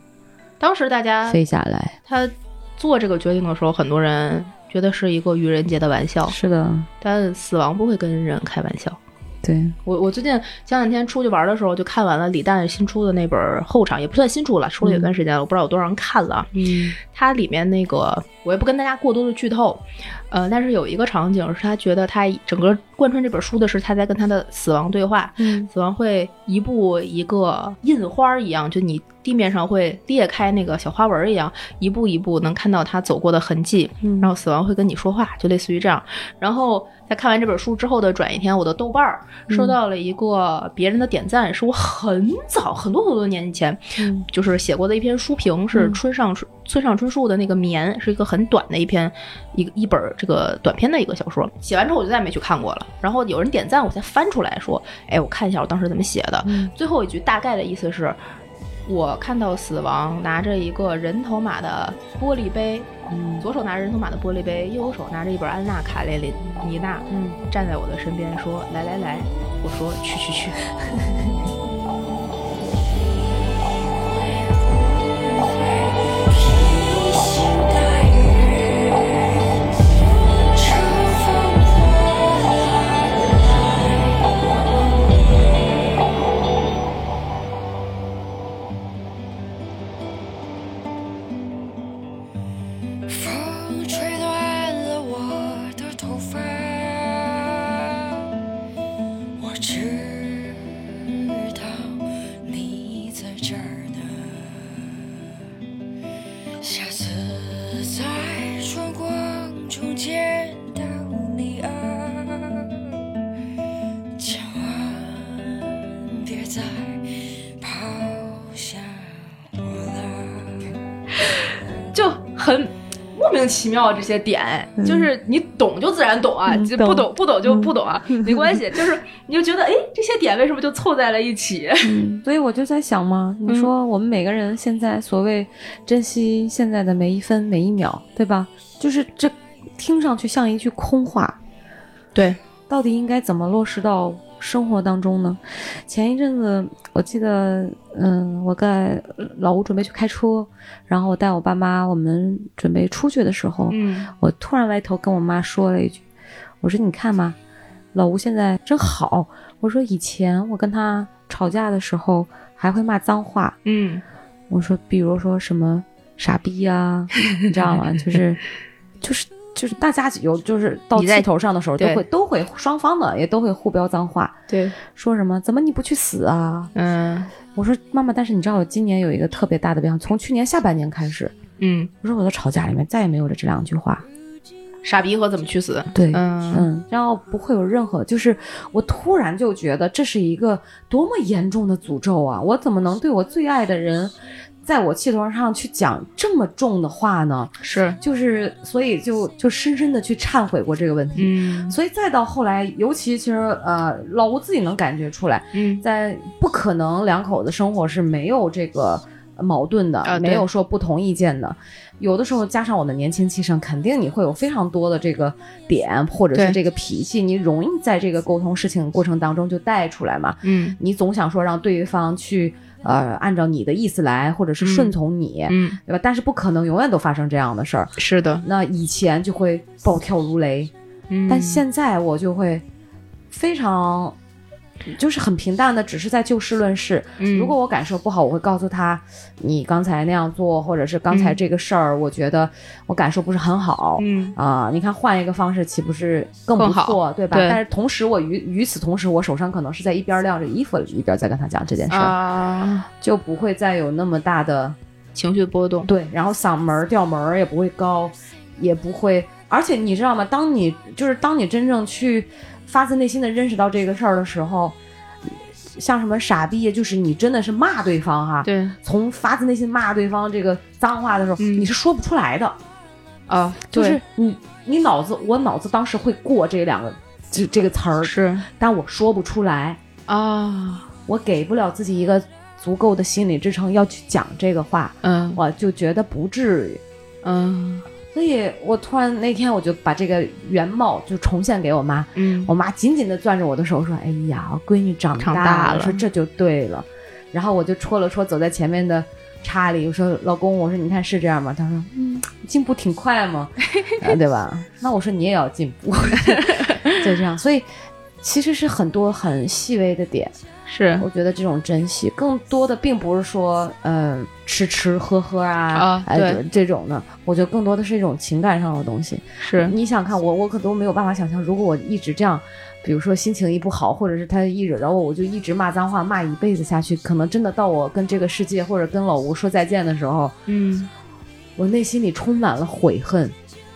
S1: 当时大家
S2: 飞下来。
S1: 他做这个决定的时候，很多
S2: 哦
S1: 人觉得是一个愚人节的玩笑，
S2: 是的，
S1: 但死亡不会跟人开玩笑。
S2: 对，
S1: 我我最近前两天出去玩的时候，就看完了李诞新出的那本《后场》，也不算新出了，出了有段时间了，我不知道有多少人看了啊。
S2: 嗯
S1: 它里面那个我也不跟大家过多的剧透，呃，但是有一个场景是他觉得他整个贯穿这本书的是他在跟他的死亡对话，
S2: 嗯
S1: 死亡会一步一个印花儿一样，就你地面上会裂开那个小花纹儿一样，一步一步能看到他走过的痕迹。
S2: 嗯
S1: 然后死亡会跟你说话，就类似于这样。然后在看完这本书之后的转一天，我的豆瓣儿收到了一个别人的点赞，是我很早很多很多年以前
S2: 嗯
S1: 就是写过的一篇书评，是
S2: 嗯
S1: 村上春村上春树的那个《眠》，是一个很短的一篇一个一本儿这个短篇的一个小说。写完之后我就再也没去看过了。然后有人点赞，我才翻出来说，哎，我看一下我当时怎么写的。
S2: 嗯
S1: 最后一句大概的意思是，我看到死亡拿着一个人头马的玻璃杯，
S2: 嗯
S1: 左手拿着人头马的玻璃杯，右手拿着一本安娜卡列尼娜，
S2: 嗯
S1: 站在我的身边说：“来来来。”我说：“去去去。”
S6: 披星戴月，乘风破浪。风吹乱了我的头发，我知道你在这儿呢。下次在春光中见到你啊，千万别再抛下我了。
S1: 就很莫名其妙这些点，就是你懂就自然懂啊，就不嗯懂不懂就不懂 啊，没关系，就是你就觉得哎，这些点为什么就凑在了一起？
S2: 所以我就在想嘛，你说我们每个人现在所谓珍惜现在的每一分每一秒，对吧？就是这听上去像一句空话，
S1: 对，
S2: 到底应该怎么落实到生活当中呢？前一阵子我记得，嗯，我在老吴准备去开车，然后我带我爸妈，我们准备出去的时候，
S1: 嗯，
S2: 我突然歪头跟我妈说了一句：“我说你看嘛，老吴现在真好。”我说以前我跟他吵架的时候还会骂脏话，
S1: 嗯，
S2: 我说比如说什么傻逼呀、 你知道吗？就是就是就是大家有就是到
S1: 你在
S2: 气头上的时候都
S1: 对
S2: 会都会双方的也都会互飙脏话，
S1: 对，
S2: 说什么怎么你不去死啊？
S1: 嗯
S2: 我说妈妈，但是你知道我今年有一个特别大的变化，从去年下半年开始，
S1: 嗯，
S2: 我说我的吵架里面再也没有了这两句话。
S1: 傻逼和怎么去死？
S2: 对，
S1: 嗯
S2: 嗯，然后不会有任何，就是我突然就觉得这是一个多么严重的诅咒啊！我怎么能对我最爱的人，在我气头上去讲这么重的话呢？
S1: 是，
S2: 就是，所以就就深深的去忏悔过这个问题。
S1: 嗯
S2: 所以再到后来，尤其其实呃，老吴自己能感觉出来，
S1: 嗯，
S2: 在不可能两口子生活是没有这个矛盾的，
S1: 啊对
S2: 没有说不同意见的。有的时候加上我们年轻气盛，肯定你会有非常多的这个点或者
S1: 对
S2: 是这个脾气，你容易在这个沟通事情过程当中就带出来嘛。
S1: 嗯
S2: 你总想说让对方去呃按照你的意思来，或者是顺从你，
S1: 嗯，
S2: 对吧？但是不可能永远都发生这样的事儿。
S1: 是的，
S2: 那以前就会暴跳如雷，
S1: 嗯
S2: 但现在我就会非常，就是很平淡的，只是在就事论事。
S1: 嗯
S2: 如果我感受不好，我会告诉他，你刚才那样做，或者是刚才
S1: 嗯
S2: 这个事儿，我觉得我感受不是很好。
S1: 嗯
S2: 啊、你看换一个方式岂不是更不
S1: 更好
S2: 错，对吧？
S1: 对
S2: 但是同时我，与与此同时，我手上可能是在一边晾着衣服，一边在跟他讲这件事儿，
S1: 啊，
S2: 就不会再有那么大的
S1: 情绪波动，
S2: 对，然后嗓门儿调门儿也不会高，也不会，而且你知道吗？当你就是当你真正去发自内心的认识到这个事儿的时候，像什么傻逼，就是你真的是骂对方哈，
S1: 对
S2: 从发自内心骂对方这个脏话的时候，
S1: 嗯
S2: 你是说不出来的，
S1: 啊，
S2: 就是你你脑子我脑子当时会过这两个这这个词儿
S1: 对，是
S2: 但我说不出来，
S1: 啊，
S2: 我给不了自己一个足够的心理支撑要去讲这个话，
S1: 嗯
S2: 我就觉得不至于。
S1: 嗯
S2: 所以我突然那天我就把这个原貌就重现给我妈，
S1: 嗯
S2: 我妈紧紧地攥着我的手说：“哎呀，我闺女长大
S1: 长大了
S2: 说这就对了。”然后我就戳了戳走在前面的查理，我说：“老公，我说你看是这样吗？”他说：“嗯，进步 挺 快嘛，啊对吧？”那我说你也要进步，就这样。所以其实是很多很细微的点，
S1: 是
S2: 我觉得这种珍惜，更多的并不是说，呃，吃吃喝喝啊
S1: 啊，
S2: 哎
S1: 对
S2: 这种的，我觉得更多的是一种情感上的东西。
S1: 是，
S2: 你想看我，我可都没有办法想象，如果我一直这样，比如说心情一不好，或者是他一惹着我，我就一直骂脏话，骂一辈子下去，可能真的到我跟这个世界或者跟老吴说再见的时候，
S1: 嗯，
S2: 我内心里充满了悔恨。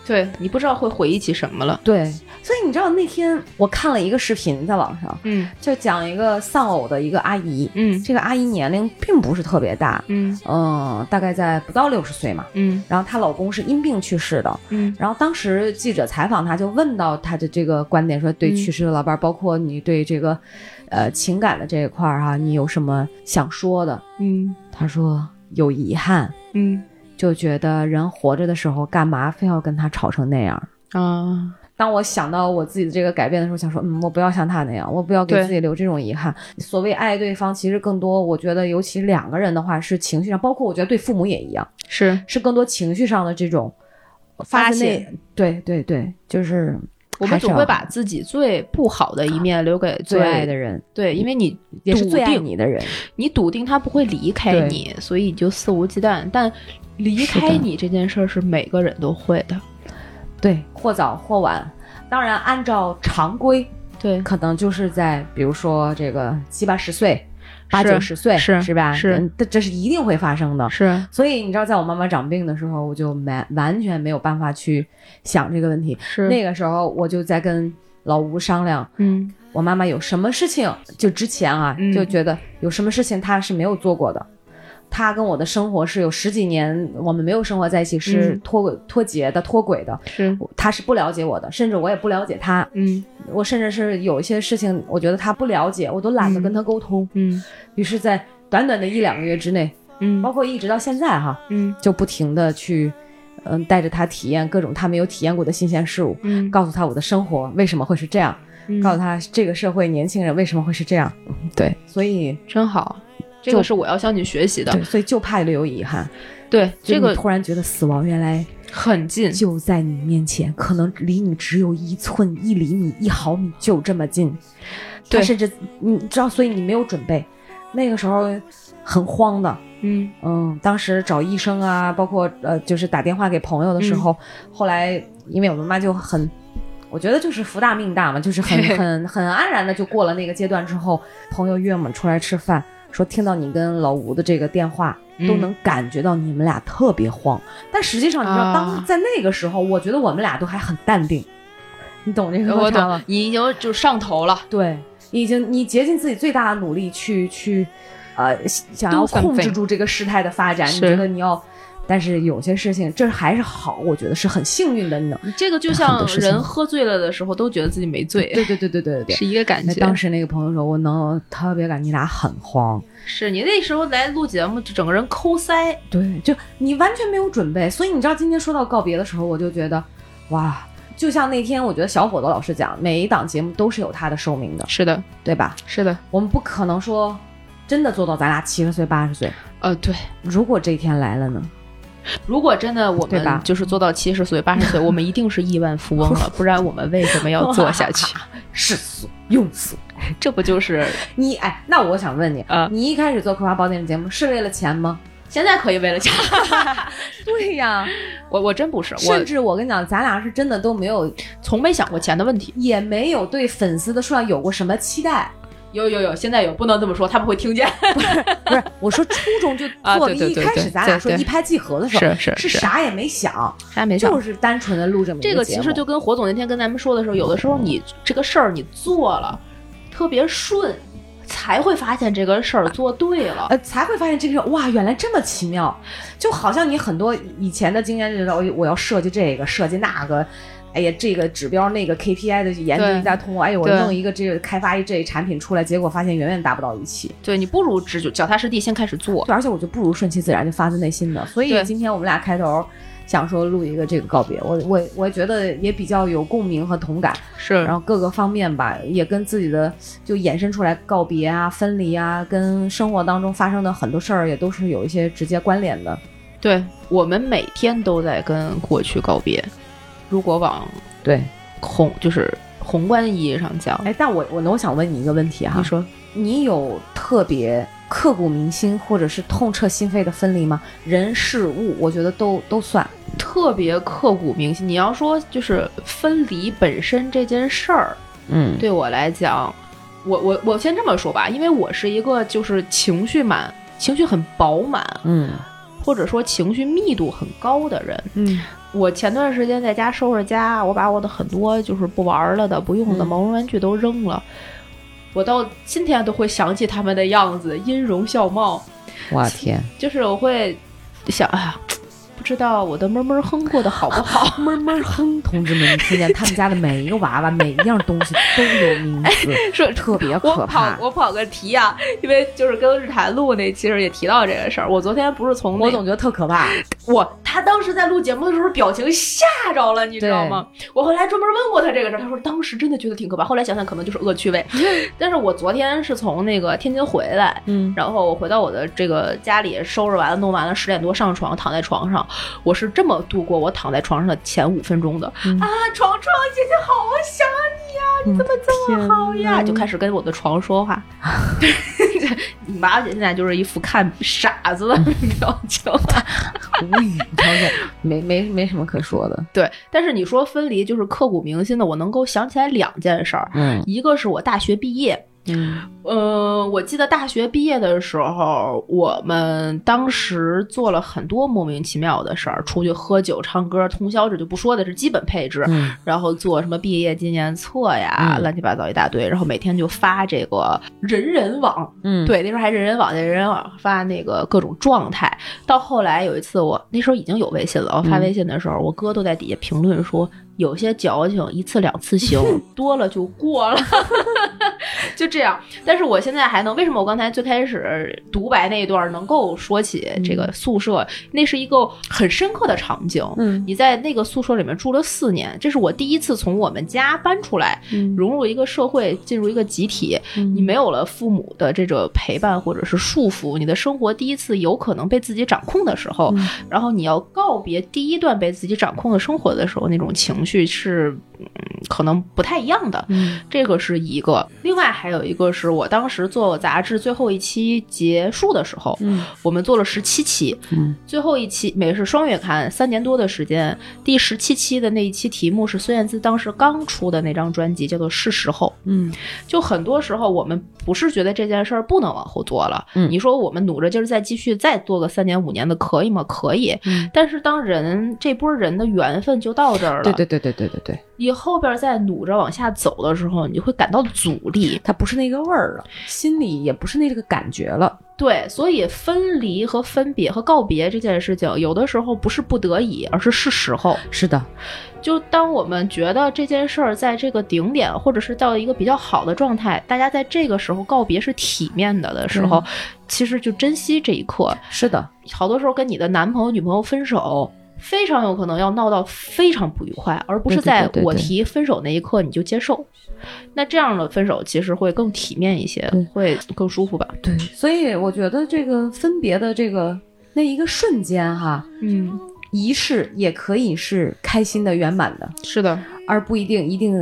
S1: 对你不知道会回忆起什么了，
S2: 对，所以你知道那天我看了一个视频，在网上
S1: 嗯
S2: 就讲一个丧偶的一个阿姨，
S1: 嗯
S2: 这个阿姨年龄并不是特别大，
S1: 嗯
S2: 嗯，大概在不到六十岁嘛。
S1: 嗯
S2: 然后她老公是因病去世的，
S1: 嗯
S2: 然后当时记者采访她，就问到她的这个观点，说对
S1: 嗯
S2: 去世的老伴儿，包括你对这个，呃，情感的这一块儿、哈，你有什么想说的？
S1: 嗯
S2: 她说有遗憾，
S1: 嗯
S2: 就觉得人活着的时候，干嘛非要跟他吵成那样？
S1: 啊，
S2: 当我想到我自己的这个改变的时候，想说，嗯，我不要像他那样，我不要给
S1: 对
S2: 自己留这种遗憾。所谓爱对方，其实更多，我觉得，尤其两个人的话，是情绪上，包括我觉得对父母也一样，
S1: 是
S2: 是更多情绪上的这种
S1: 发
S2: 自内
S1: 泄。
S2: 对对对，就是
S1: 我们
S2: 还是
S1: 总
S2: 要啊
S1: 会把自己最不好的一面留给
S2: 最爱
S1: 人。
S2: 的人，
S1: 对，因为你
S2: 也是
S1: 笃
S2: 最爱
S1: 定
S2: 你的人。
S1: 你笃定他不会离开
S2: 对
S1: 你，所以你就肆无忌惮。但离
S2: 是的
S1: 开你这件事儿是每个人都会的，
S2: 对，或早或晚。当然，按照常规，
S1: 对，
S2: 可能就是在比如说这个七八十岁、八
S1: 是
S2: 九十岁，
S1: 是
S2: 是吧？
S1: 是
S2: 嗯，这这是一定会发生的。
S1: 是
S2: 所以你知道，在我妈妈长病的时候，我就完完全没有办法去想这个问题。
S1: 是
S2: 那个时候，我就在跟老吴商量，
S1: 嗯
S2: 我妈妈有什么事情，就之前啊，
S1: 嗯
S2: 就觉得有什么事情她是没有做过的。她跟我的生活是有十几年我们没有生活在一起，是
S1: 嗯
S2: 脱轨、脱节的、脱轨的。
S1: 是
S2: 我她是不了解我的，甚至我也不了解她。
S1: 嗯
S2: 我甚至是有一些事情，我觉得她不了解，我都懒得跟她沟通。
S1: 嗯
S2: 于是，在短短的一两个月之内，
S1: 嗯
S2: 包括一直到现在哈，
S1: 嗯
S2: 就不停的去，嗯，带着他体验各种他没有体验过的新鲜事物，
S1: 嗯
S2: 告诉他我的生活为什么会是这样，告诉他这个社会年轻人为什么会是这样。
S1: 嗯
S2: 对，所以
S1: 真好，这
S2: 就
S1: 个是我要向你学习的。
S2: 对，所以就怕留有遗憾。
S1: 对，这
S2: 就
S1: 个
S2: 你突然觉得死亡原来
S1: 很近，
S2: 就在你面前，可能离你只有一寸、一厘米、一毫米，就这么近。
S1: 对
S2: 他甚至你知道，所以你没有准备，那个时候很慌的。
S1: 嗯
S2: 嗯，当时找医生啊，包括呃，就是打电话给朋友的时
S1: 嗯
S2: 候，后来因为我妈妈就很，我觉得就是福大命大嘛，就是 很很很安然的就过了那个阶段之后，朋友约我们出来吃饭，说听到你跟老吴的这个电话，
S1: 嗯
S2: 都能感觉到你们俩特别慌，但实际上你知道，
S1: 啊
S2: 当在那个时候，我觉得我们俩都还很淡定，你懂这个
S1: 我
S2: 落差吗
S1: 懂？，你已经就上头了，
S2: 对，你已经你竭尽自己最大的努力去去，呃，想要
S1: Do something
S2: 控制住这个事态的发展。你
S1: 是
S2: 觉得你要，但是有些事情这还是好，我觉得是很幸运的。你能，
S1: 这个就
S2: 嗯啊很
S1: 像
S2: 多事情
S1: 人喝醉了的时候都觉得自己没醉，
S2: 对对对对对对对。
S1: 是一个感
S2: 那
S1: 觉。
S2: 当时那个朋友说，我能特别感觉你俩很慌，
S1: 是你那时候来录节目，整个人抠腮，
S2: 对，就你完全没有准备。所以你知道，今天说到告别的时候，我就觉得，哇，就像那天我觉得小伙子老师讲，每一档节目都是有它的寿命的，
S1: 是的，
S2: 对吧？
S1: 是的，
S2: 我们不可能说真的做到咱俩七十岁八十岁。
S1: 呃，对。
S2: 如果这一天来了呢？
S1: 如果真的我
S2: 对吧
S1: 们就是做到七十岁、八十 岁，我们一定是亿万富翁 了，不然我们为什么要做下去？
S2: 世俗庸俗。
S1: 这不就是
S2: 你哎，那我想问你，
S1: 啊
S2: 你一开始做《葵花宝典》的节目是为了钱吗？
S1: 现在可以为了钱？
S2: 对 呀，
S1: 我我真不是，
S2: 甚
S1: 我
S2: 至我跟你讲，咱俩是真的都没有，
S1: 从没想过钱的问题。
S2: 也没有对粉丝的数量有过什么期待。
S1: 有有有，现在有，不能这么说，他们会听见。
S2: 不是，我说初衷就
S1: 啊
S2: 做了
S1: 对对
S2: 一
S1: 对
S2: 开始
S1: 对
S2: 咱俩
S1: 对
S2: 说
S1: 对
S2: 一拍即合的时候，
S1: 是
S2: 是，啥也没想，
S1: 啥也没想。
S2: 就是单纯的录这么一
S1: 这
S2: 个
S1: 个
S2: 节
S1: 其实
S2: 目
S1: 就跟火总那天跟咱们说的时候，有的时候你这个事儿你做了，特别顺，才会发现这个事儿做对了。
S2: 呃，才会发现这个哇，原来这么奇妙，就好像你很多以前的经验就知道，我我要设计这个，设计那个，哎呀，这个指标那个 KPI 的研究
S1: 对
S2: 一大通，哎呀，我
S1: 对
S2: 弄一个这个开发一这一产品出来，结果发现远远达不到预期，
S1: 对你不如只就脚踏实地先开始做。
S2: 对，而且我就不如顺其自然，就发自内心的，所以
S1: 对
S2: 今天我们俩开头。想说录一个这个告别，我我我觉得也比较有共鸣和同感，
S1: 是
S2: 然后各个方面吧，也跟自己的就衍生出来告别啊、分离啊，跟生活当中发生的很多事儿也都是有一些直接关联的。
S1: 对我们每天都在跟过去告别。如果往
S2: 对，
S1: 宏就是宏观意义上讲，
S2: 哎，但我我那我想问你一个问题哈，
S1: 你说
S2: 你有特别刻骨铭心或者是痛彻心扉的分离吗？人事物，我觉得都都算。
S1: 特别刻骨铭心。你要说就是分离本身这件事儿，
S2: 嗯，
S1: 对我来讲，我我我先这么说吧，因为我是一个就是情绪满、情绪很饱满，
S2: 嗯
S1: 或者说情绪密度很高的人。
S2: 嗯
S1: 我前段时间在家收拾家，我把我的很多就是不玩了的、不用的
S2: 嗯
S1: 毛绒玩具都扔了。我到今天都会想起他们的样子，音容笑貌，
S2: 我天，
S1: 就是我会想，哎呀，不知道我的闷闷哼过得好不 好？
S2: 闷闷哼，同志们，你听见他们家的每一个娃娃，每一样东西都有名字，
S1: 是
S2: 特别
S1: 我
S2: 可
S1: 跑
S2: 怕。
S1: 我跑个题啊，因为就是跟日坛录那其实也提到这个事儿。我昨天不是从那
S2: 我总觉得特可怕，
S1: 我他当时在录节目的时候表情吓着了，你知道吗？我后来专门问过他这个事儿，他说当时真的觉得挺可怕，后来想想可能就是恶 趣味。但是我昨天是从那个天津回来，
S2: 嗯，
S1: 然后我回到我的这个家里，收拾完了弄完了，十点多上床，躺在床上，我是这么度过我躺在床上的前五分钟的、
S2: 嗯
S1: 啊，床床姐姐好，我想你呀、你怎么这么好呀？就开始跟我的床说 话， 你妈现在就是一副看傻子的表情。
S2: 无语，条件没没没什么可说的。
S1: 对，但是你说分离就是刻骨铭心的，我能够想起来两件事儿，
S2: 嗯
S1: 一个是我大学毕业，
S2: 嗯
S1: 呃，我记得大学毕业的时候，我们当时做了很多莫名其妙的事儿，出去喝酒、唱歌、通宵，这就不说的是基本配置，
S2: 嗯
S1: 然后做什么毕业纪念册呀，
S2: 嗯
S1: 乱七八糟一大堆，然后每天就发这个人人网，
S2: 嗯，
S1: 对，那时候还人人网，在人人网发那个各种状态。到后来有一次我，那时候已经有微信了，我发
S2: 嗯
S1: 微信的时候，我哥都在底下评论说，有些矫情，一次两次 行，多了就过了， 就这样。但是我现在还能，为什么我刚才最开始独白那一段能够说起这个宿舍，那是一个很深刻的场景。
S2: 嗯
S1: 你在那个宿舍里面住了四年，这是我第一次从我们家搬出来，
S2: 嗯
S1: 融入一个社会，进入一个集体，你没有了父母的这种陪伴或者是束缚，你的生活第一次有可能被自己掌控的时候，
S2: 嗯
S1: 然后你要告别第一段被自己掌控的生活的时候，那种情绪是、嗯、可能不太一样的。
S2: 嗯
S1: 这个是一个，另外还有一个是我当时做杂志最后一期结束的时候，
S2: 嗯
S1: 我们做了十七期，
S2: 嗯
S1: 最后一期《每日双月刊》三年多的时间，第十七期的那一期题目是孙燕姿当时刚出的那张专辑，叫做《是时候》。
S2: 嗯
S1: 就很多时候我们不是觉得这件事儿不能往后做了，
S2: 嗯
S1: 你说我们努着劲儿再继续再做个三年五年的，可以吗？可以。
S2: 嗯，
S1: 但是当人这波人的缘分就到这儿了，
S2: 对对，对对对对对，
S1: 你后边再努着往下走的时候，你会感到阻力。
S2: 它不是那个味儿了，心里也不是那个感觉了。
S1: 对，所以分离和分别和告别这件事情，有的时候不是不得已，而是是时候。
S2: 是的，
S1: 就当我们觉得这件事儿在这个顶点，或者是到一个比较好的状态，大家在这个时候告别是体面的的时
S2: 嗯
S1: 候，其实就珍惜这一刻。
S2: 是的，
S1: 好多时候跟你的男朋友、女朋友分手，非常有可能要闹到非常不愉快，而不是
S2: 对对
S1: 在
S2: 对对
S1: 我
S2: 对
S1: 提分手那一刻你就接受。那这样的分手其实会更体面一些
S2: 对，
S1: 会更舒服吧？
S2: 对，所以我觉得这个分别的这个那一个瞬间哈，
S1: 嗯，
S2: 仪式也可以是开心的、圆满的，
S1: 是的，
S2: 而不一定一定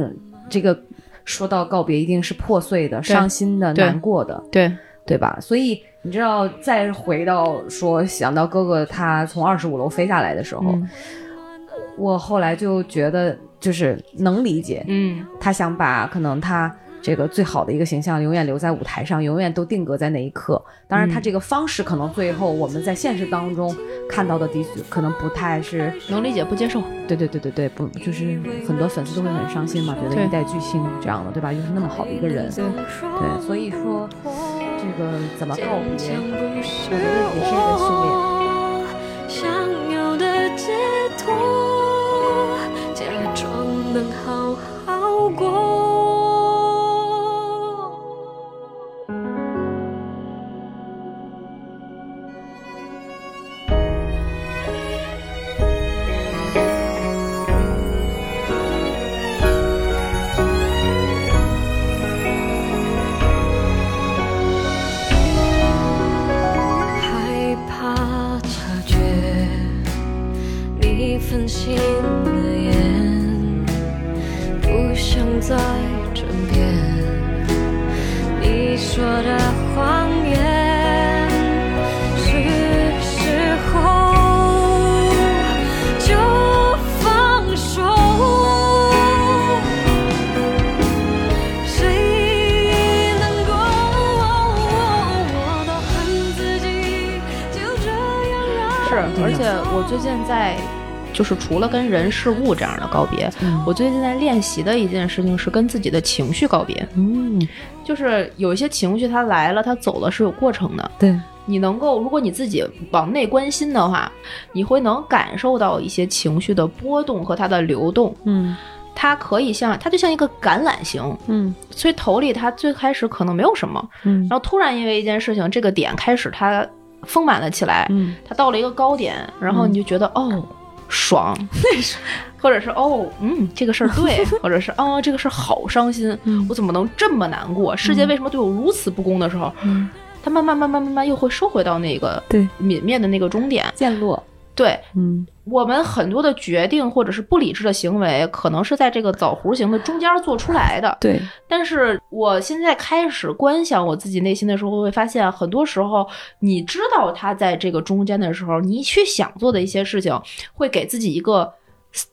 S2: 这个说到告别一定是破碎的、
S1: 对
S2: 伤心的、
S1: 对
S2: 难过的，
S1: 对，
S2: 对吧？所以你知道，再回到说想到哥哥他从二十五楼飞下来的时候，
S1: 嗯
S2: 我后来就觉得就是能理解，
S1: 嗯，
S2: 他想把可能他这个最好的一个形象永远留在舞台上，永远都定格在那一刻。当
S1: 嗯
S2: 然，他这个方式可能最后我们在现实当中看到的的确可能不太是，
S1: 能理解不接受？
S2: 对对对对对，不就是很多粉丝都会很伤心嘛，觉得
S1: 对
S2: 一代巨星这样的，对吧？又是那么好的一个人，对，所以说这个怎么告别？
S6: 我
S2: 觉得也是一个训练
S6: 想有的解脱，假装能好好过。害怕察觉。
S7: 在枕边，你说的谎言是时候就放手。谁能够？我都恨自己，就这样让
S1: 是，而且我最近在，就是除了跟人事物这样的告别，我最近在练习的一件事情是跟自己的情绪告别。
S2: 嗯，
S1: 就是有一些情绪它来了，它走了是有过程的。
S2: 对，
S1: 你能够，如果你自己往内关心的话，你会能感受到一些情绪的波动和它的流动。
S2: 嗯
S1: 它可以像，它就像一个橄榄形，
S2: 嗯
S1: 所以头里它最开始可能没有什么，
S2: 嗯
S1: 然后突然因为一件事情，这个点开始它丰满了起来，
S2: 嗯，
S1: 它到了一个高点，然后你就觉得、哦爽，或者是哦嗯这个事儿对，或者是哦这个事儿好伤心，我怎么能这么难过？世界为什么对我如此不公的时候，
S2: 嗯
S1: 它慢慢慢慢慢慢又会收回到那个
S2: 对
S1: 泯灭的那个终点。
S2: 渐落，
S1: 对
S2: 嗯
S1: 我们很多的决定或者是不理智的行为，可能是在这个枣核形的中间做出来的。
S2: 对，
S1: 但是我现在开始观想我自己内心的时候，会发现很多时候，你知道他在这个中间的时候，你去想做的一些事情，会给自己一个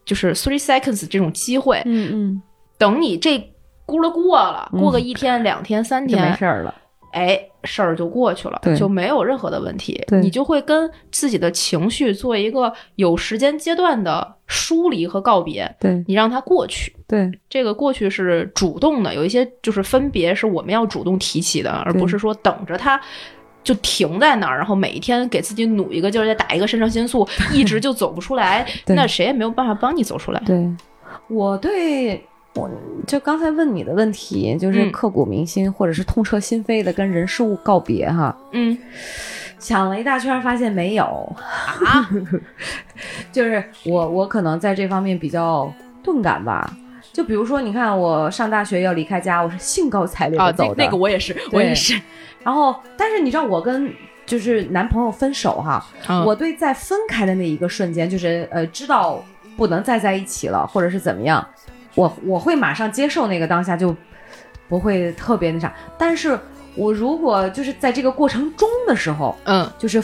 S1: 就是 three seconds 这种机会。
S2: 嗯
S1: 等你这咕噜过了，
S2: 嗯
S1: 过个一天、两天、三
S2: 就没
S1: 天，
S2: 事儿了，
S1: 哎，事儿就过去了
S2: 对，
S1: 就没有任何的问题
S2: 对。
S1: 你就会跟自己的情绪做一个有时间阶段的疏离和告别，
S2: 对
S1: 你让它过去。
S2: 对
S1: 这个过去是主动的，有一些就是分别是我们要主动提起的，而不是说等着它就停在那儿，然后每一天给自己努一个劲儿，再打一个肾上腺素，一直就走不出来，
S2: 对
S1: 那谁也没有办法帮你走出来。
S2: 对，我对。我就刚才问你的问题，就是
S1: 嗯
S2: 刻骨铭心、或者是痛彻心扉的跟人事物告别哈，
S1: 嗯
S2: 想了一大圈儿，发现没有啊， 就是我我可能在这方面比较钝感吧。就比如说，你看我上大学要离开家，我是兴高采烈
S1: 啊
S2: 的，
S1: 那
S2: 走的、
S1: 那个我也是，我也是，
S2: 然后，但是你知道我跟就是男朋友分手哈，
S1: 嗯
S2: 我对在分开的那一个瞬间，就是呃知道不能再在一起了，或者是怎么样，我我会马上接受那个当下，就不会特别那啥。但是我如果就是在这个过程中的时候，
S1: 嗯
S2: 就是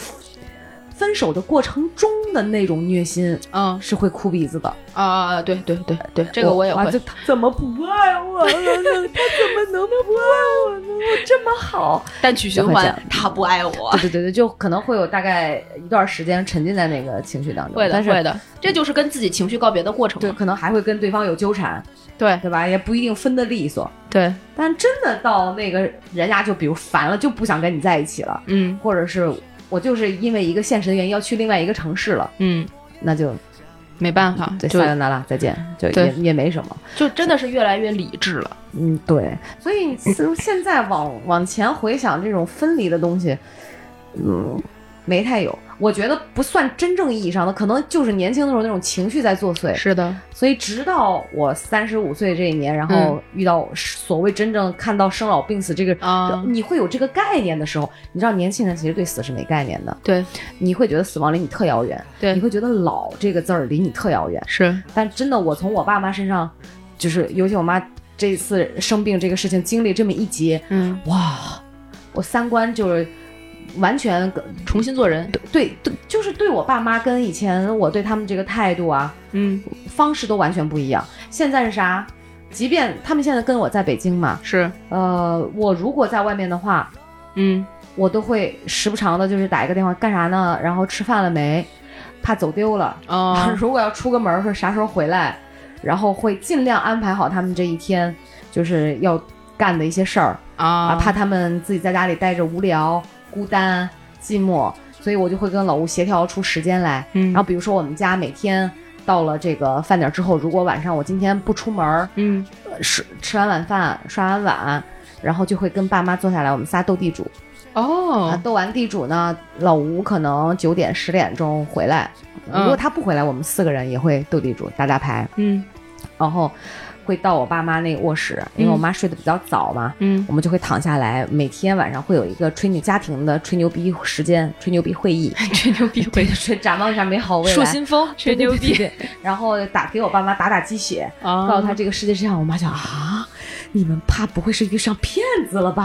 S2: 分手的过程中的那种虐心，
S1: 嗯
S2: 是会哭鼻子的。
S1: 啊，对对对对，这个我也
S2: 哇
S1: 会
S2: 这，他怎么不爱我了呢？ 他怎么能不爱我呢？我这么好，
S1: 单曲循
S2: 这
S1: 环
S2: 会，
S1: 他不爱我。
S2: 对对对对，就可能会有大概一段时间沉浸在那个情绪当中，
S1: 会的，
S2: 但是
S1: 会的，这就是跟自己情绪告别的过程
S2: 对，
S1: 嘛。
S2: 可能还会跟对方有纠缠，
S1: 对
S2: 对吧？也不一定分得利索。
S1: 对，
S2: 但真的到那个人家就比如烦了，就不想跟你在一起了，
S1: 嗯
S2: 或者是我就是因为一个现实的原因要去另外一个城市了，
S1: 嗯，
S2: 那就
S1: 没办法，
S2: 对，
S1: 就
S2: 撒由那拉，再见，就
S1: 对
S2: 也也没什么。
S1: 就真的是越来越理智了。
S2: 嗯，对，所以其实现在往往前回想这种分离的东西，嗯，没太有。我觉得不算真正意义上的，可能就是年轻的时候那种情绪在作祟。
S1: 是的，
S2: 所以直到我三十五岁这一年，然
S1: 嗯
S2: 后遇到所谓真正看到生老病死这个，
S1: 啊
S2: 你会有这个概念的时候，你知道年轻人其实对死是没概念的，
S1: 对
S2: 你会觉得死亡离你特遥远，
S1: 对
S2: 你会觉得老这个字儿离你特遥远。
S1: 是，
S2: 但真的，我从我爸妈身上，就是尤其我妈这次生病这个事情经历这么一劫，
S1: 嗯，
S2: 哇，我三观就是完全跟
S1: 重新做人，
S2: 对对，就是对我爸妈跟以前我对他们这个态度啊
S1: 嗯，
S2: 方式都完全不一样。现在是啥？即便他们现在跟我在北京嘛，
S1: 是，
S2: 呃，我如果在外面的话，
S1: 嗯，
S2: 我都会时不常的，就是打一个电话干啥呢？然后吃饭了没？怕走丢了，
S1: 啊
S2: 如果要出个门儿，说啥时候回来，然后会尽量安排好他们这一天就是要干的一些事儿
S1: 啊，
S2: 怕他们自己在家里待着无聊、孤单、寂寞，所以我就会跟老吴协调出时间来。
S1: 嗯
S2: 然后比如说我们家每天到了这个饭点儿之后，如果晚上我今天不出门儿，
S1: 嗯，
S2: 呃吃吃完晚饭刷完碗，然后就会跟爸妈坐下来，我们仨斗地主。啊，
S1: 哦，
S2: 斗完地主呢，老吴可能九点十点钟回来，
S1: 嗯
S2: 如果他不回来，我们四个人也会斗地主、打打牌，
S1: 嗯
S2: 然后会到我爸妈那个卧室，因为我妈睡得比较早嘛，
S1: 嗯
S2: 我们就会躺下来，每天晚上会有一个吹牛家庭的吹牛逼时间、吹牛逼会议，
S1: 吹牛逼 会，
S2: 吹展望一下美好未
S1: 树
S2: 来。
S1: 新风， 吹
S2: 对
S1: 牛，
S2: 对
S1: 逼
S2: 对对然后打给我爸妈打打鸡血，
S1: 啊
S2: 告诉他这个世界是这样。我妈就啊，你们怕不会是遇上骗子 了吧？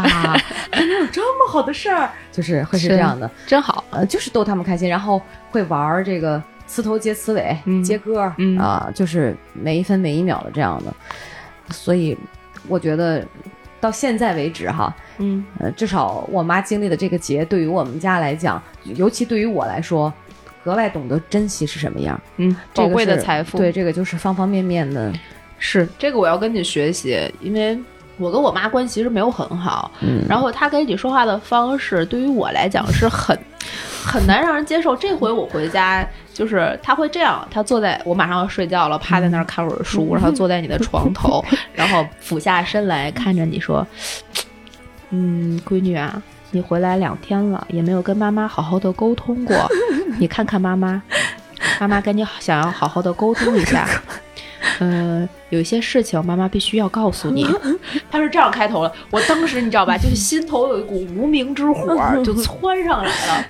S2: 还能有这么好的事儿？就是会是这样的，
S1: 真好，
S2: 呃，就是逗他们开心，然后会玩儿这个词头接词尾，
S1: 嗯
S2: 接歌儿
S1: 嗯
S2: 啊，就是每一分每一秒的这样的。所以我觉得到现在为止哈，
S1: 嗯，
S2: 呃，至少我妈经历的这个节，对于我们家来讲，尤其对于我来说，格外懂得珍惜是什么样儿。
S1: 嗯，
S2: 这
S1: 宝
S2: 个
S1: 贵的
S2: 是
S1: 财富，
S2: 对，这个就是方方面面的，
S1: 是这个我要跟你学习，因为我跟我妈关系其实没有很好，
S2: 嗯，
S1: 然后她跟你说话的方式对于我来讲是很很难让人接受。这回我回家就是她会这样，她坐在我马上要睡觉了，趴在那儿看会儿书，然后坐在你的床头，然后俯下身来看着你说：“嗯，闺女啊。”你回来两天了，也没有跟妈妈好好的沟通过。 你看看妈妈，妈妈跟你想要好好的沟通一 下。嗯，有一些事情妈妈必须要告诉你。他是这样开头了，我当时你知道吧，就是心头有一股无名之 火就窜上来了。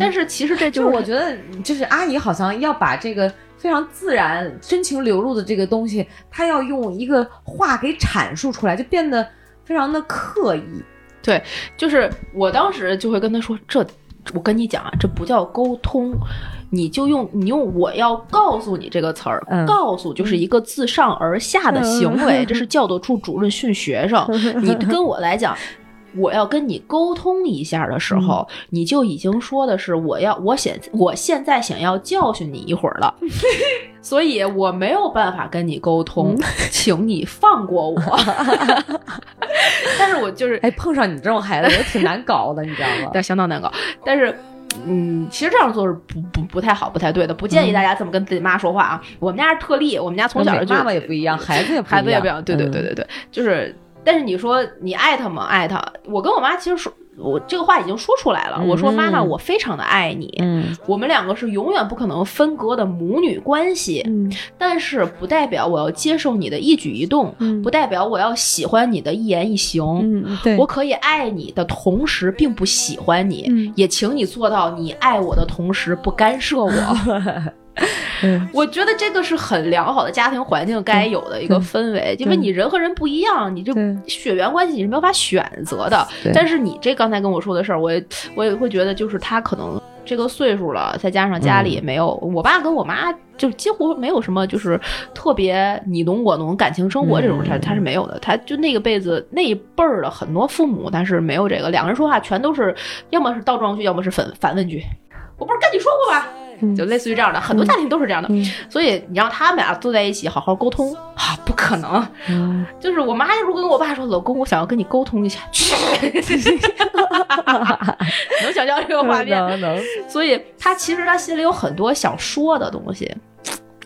S1: 但是其实这嗯就
S2: 就
S1: 是是
S2: 我觉得，就是阿姨好像要把这个非常自然、真情流露的这个东西，她要用一个话给阐述出来，就变得非常的刻意。
S1: 就是我当时就会跟他说，这我跟你讲啊，这不叫沟通，你就用你用我要告诉你这个词儿，
S2: 嗯
S1: 告诉就是一个自上而下的行为，这是教导处主任训学生。你跟我来讲。我要跟你沟通一下的时候，你就已经说的是我要我现我现在想要教训你一会儿了，所以我没有办法跟你沟通，请你放过我。 但是我就是
S2: 哎，碰上你这种孩子也挺难搞的，你 知道吗？
S1: 但相当难搞。但是，嗯，其实这样做是不不不太好、不太对的，不建议大家这么跟自己妈说话啊。我们家是特例，我们家从小就
S2: 嗯妈妈也不一样，孩子也不一样，
S1: 孩子也不要，对对对
S2: 嗯
S1: 对对，就是。但是你说你爱他吗？爱他。我跟我妈其实说，我这个话已经说出来了。我说
S2: 嗯
S1: 妈妈，我非常的爱你，
S2: 嗯
S1: 我们两个是永远不可能分割的母女关系。
S5: 嗯
S1: 但是不代表我要接受你的一举一动，
S5: 嗯
S1: 不代表我要喜欢你的一言一行。
S5: 嗯，对，
S1: 我可以爱你的同时，并不喜欢你，
S5: 嗯
S1: 也请你做到你爱我的同时不干 涉我。
S5: 嗯
S1: 我觉得这个是很良好的家庭环境该有的一个氛围，因为你人和人不一样，你这
S5: 对
S1: 血缘关系你是没有办法选择的
S2: 对。
S1: 但是你这刚才跟我说的事儿，我也我也会觉得，就是他可能这个岁数了，再加上家里也没有、我爸跟我妈，就几乎没有什么就是特别你侬我侬感情生活这种事儿，
S2: 嗯
S1: 他是没有的。他就那个辈子那一辈儿的很多父母，他是没有这个，两个人说话全都是要么是倒装句，要么是反反问句。我不是跟你说过吧？就类似于这样的，很多家庭都是这样的。
S5: 嗯
S1: 所以你让他们俩坐在一起好好沟通啊，不可能。
S2: 嗯，
S1: 就是我妈如果跟我爸说，老公，我想要跟你沟通一下， 能想象这个 画面？
S2: 能 嗯能，
S1: 所以他其实他心里有很多想说的东西，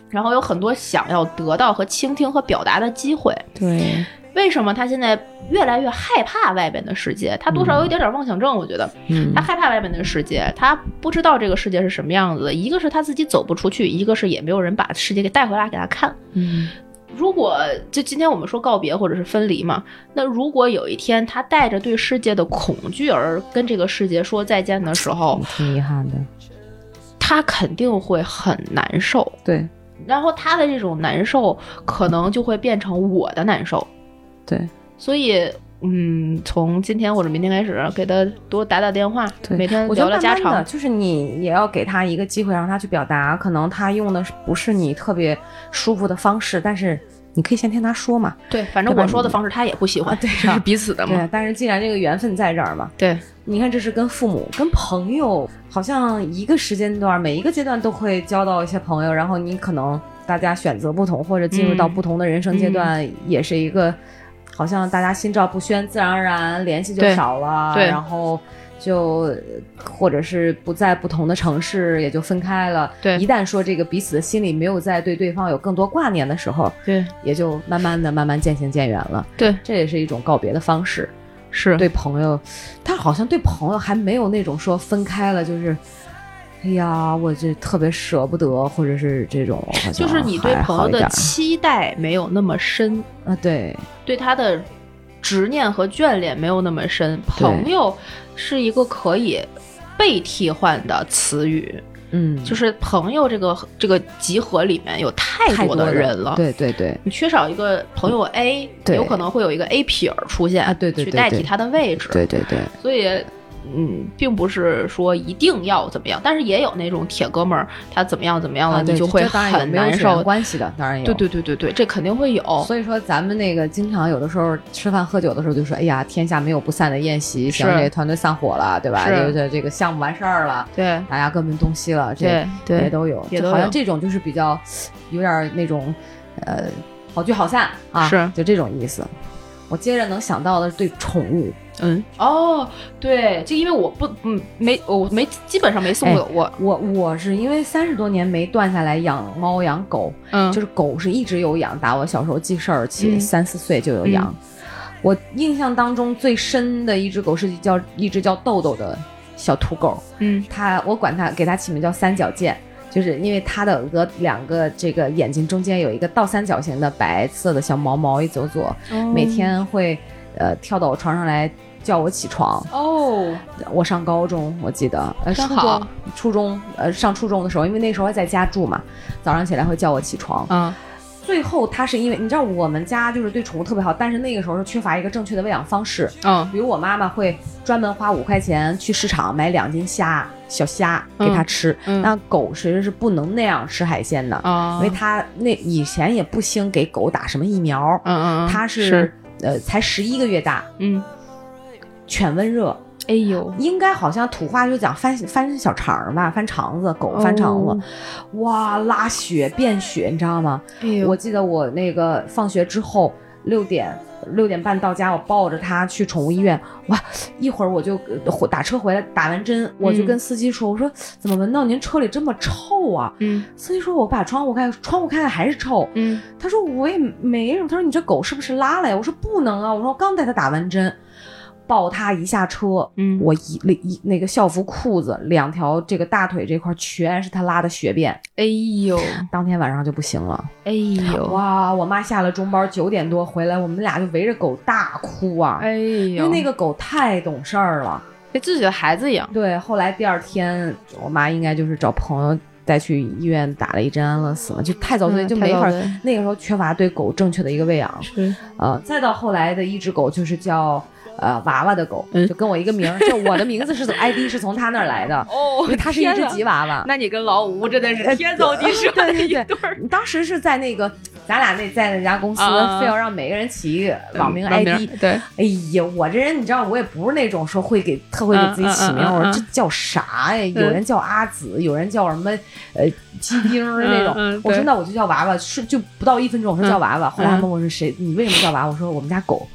S1: 然后有很多想要得到和倾听和表达的机会。
S2: 对，
S1: 为什么他现在越来越害怕外边的世界？他多少有一点点妄想症，我觉得。
S2: 嗯
S1: 他害怕外面的世界，他不知道这个世界是什么样子的。一个是他自己走不出去，一个是也没有人把世界给带回来给他看。
S2: 嗯，
S1: 如果就今天我们说告别或者是分离嘛，那如果有一天他带着对世界的恐惧而跟这个世界说再见的时候，
S2: 挺遗憾的，
S1: 他肯定会很难受。
S2: 对
S1: 然后他的这种难受可能就会变成我的难受。
S2: 对
S1: 所以，嗯，从今天或者明天开始，给他多打打电话，
S2: 对，
S1: 每天
S2: 我觉
S1: 聊
S2: 得
S1: 聊家
S2: 慢慢
S1: 常
S2: 的。就是你也要给他一个机会，让他去表达。可能他用的是不是你特别舒服的方式，但是你可以先听他说嘛。
S1: 对，反正
S2: 对吧
S1: 我说的方式他也不喜欢，
S2: 啊对
S1: 这是彼此的嘛。
S2: 对，但是既然这个缘分在这儿嘛，
S1: 对，
S2: 你看这是跟父母、跟朋友，好像一个时间段，每一个阶段都会交到一些朋友，然后你可能大家选择不同，或者进入到
S1: 嗯
S2: 不同的人生阶段，也是一个好像大家心照不宣，自然而然联系就
S1: 对
S2: 少了，
S1: 对
S2: 然后。就或者是不在不同的城市，也就分开了。
S1: 对
S2: 一旦说这个彼此的心里没有再对对方有更多挂念的时候，
S1: 对
S2: 也就慢慢的、慢慢渐行渐远了。
S1: 对，
S2: 这也是一种告别的方式。
S1: 是
S2: 对朋友，但好像对朋友还没有那种说分开了，就是，哎呀，我这特别舍不得，或者是这种，好像
S1: 就是你对
S2: 还
S1: 朋
S2: 好
S1: 友
S2: 一
S1: 的
S2: 点儿
S1: 期待没有那么深，
S2: 啊，对，
S1: 对他的执念和眷恋没有那么深。
S2: 对
S1: 朋友是一个可以被替换的词语，
S2: 嗯，
S1: 就是朋友这个这个集合里面有太多的人了，
S2: 对对对，
S1: 你缺少一个朋友 A，
S2: 对
S1: 有可能会有一个 A 撇儿出现
S2: 啊对对对
S1: 去代替
S2: 对
S1: 他的位置，
S2: 对对对，
S1: 所以。嗯，并不是说一定要怎么样，但是也有那种铁哥们儿，他怎么样怎么样了，
S2: 啊对
S1: 你就
S2: 这
S1: 会
S2: 当然有
S1: 很
S2: 没有
S1: 难
S2: 血缘
S1: 受。
S2: 关系的，当然有，
S1: 对对对对对，这肯定会有。
S2: 所以说，咱们那个经常有的时候吃饭喝酒的时候就说：“哎呀，天下没有不散的宴席，
S1: 是
S2: 想这个团队散伙了，对吧？
S1: 是
S2: 就是这个项目完事儿了，
S1: 对
S2: 大家各奔东西了，这
S1: 对
S2: 也
S1: 对，
S2: 都有。
S1: 也
S2: 就
S1: 都有
S2: 好像这种就是比较有点那种呃好聚好散啊，
S1: 是
S2: 就这种意思。我接着能想到的是对宠物，
S1: 嗯，哦，对，就因为我不嗯没我没基本上没送
S2: 哎
S1: 有过，
S2: 我我是因为三十多年没断下来养猫养狗，
S1: 嗯，
S2: 就是是狗是一直有养，打我小时候记事儿起，
S1: 嗯
S2: 三四岁就有养。我印象当中最深的一只狗是一叫一只叫豆豆的小土狗，
S1: 嗯
S2: 它我管它给它起名叫三角剑，就是因为它的额两个这个眼睛中间有一个倒三角形的白色的小毛毛一走左，每天会呃跳到我床上来叫我起床。
S1: 哦，
S2: 我上高中，我记得，呃，
S1: 真
S2: 初
S1: 好
S2: 中，初中，呃，上初中的时候，因为那时候还在家住嘛，早上起来会叫我起床。
S1: 嗯
S2: 最后，它是因为你知道我们家就是对宠物特别好，但是那个时候是缺乏一个正确的喂养方式。
S1: 嗯
S2: 比如我妈妈会专门花五块钱去市场买两斤虾，小虾给它吃。
S1: 嗯
S2: 那狗其实是不能那样吃海鲜的，
S1: 啊，
S2: 因为它那以前也不兴给狗打什么疫苗，
S1: 嗯嗯，嗯
S2: 它
S1: 是
S2: 呃才十一个月大，
S1: 嗯，
S2: 犬瘟热，
S1: 哎呦，
S2: 应该好像土话就讲翻翻小肠儿吧，翻肠子，狗翻肠
S1: 哦
S2: 子，哇，拉血便血，你知道吗？
S1: 哎呦，
S2: 我记得我那个放学之后六点六点半到家，我抱着它去宠物医院，哇，一会儿我就呃回打车回来，打完针我就跟司机说，我说怎么闻到您车里这么臭啊？
S1: 嗯
S2: 司机说我把窗户开，窗户开开还是臭。
S1: 嗯
S2: 他说我也没什么，他说你这狗是不是拉了呀？我说不能啊，我说我刚带它打完针。抱它一下车，
S1: 嗯
S2: 我一那一那个校服裤子两条这个大腿这块儿全是它拉的血便，
S1: 哎呦，
S2: 当天晚上就不行了。
S1: 哎呦，
S2: 哇！我妈下了中班九点多回来，我们俩就围着狗大哭啊，
S1: 哎
S2: 因
S1: 呦，
S2: 为那个狗太懂事儿了。
S1: 给自己的孩子养，
S2: 对，后来第二天，我妈应该就是找朋友带去医院打了一针安乐死嘛，就太早
S1: 嗯
S2: 就
S1: 太
S2: 没
S1: 早
S2: 法儿
S1: 醉。
S2: 那个时候缺乏对狗正确的一个喂养，
S1: 是
S2: 呃，再到后来的一只狗就是叫呃娃娃的狗，
S1: 嗯
S2: 就跟我一 个名儿，就我的名字是从 ID 是从它那儿来的，
S1: 哦
S2: 因为它是一只吉
S1: 娃。
S2: 娃娃。
S1: 那你跟老五真的是天造地设的
S2: 对对
S1: 一
S2: 对
S1: 对儿，
S2: 当时是在那个咱俩那在那家公司，
S1: 啊
S2: 非要让每个人起一个网名
S1: 嗯
S2: ID。
S1: 对，
S2: 哎呀，我这人你知道，我也不是那种说会给特会给自己起名，
S1: 嗯嗯嗯
S2: 我
S1: 嗯
S2: 说这叫啥呀？有人叫阿紫，有人叫什么呃鸡丁儿那种。
S1: 嗯嗯
S2: 我说
S1: 对
S2: 那我就叫娃娃，是就不到一分钟，我说叫娃娃。后来他
S1: 嗯
S2: 们问我说谁，你为什么叫娃娃？我说我们家 狗，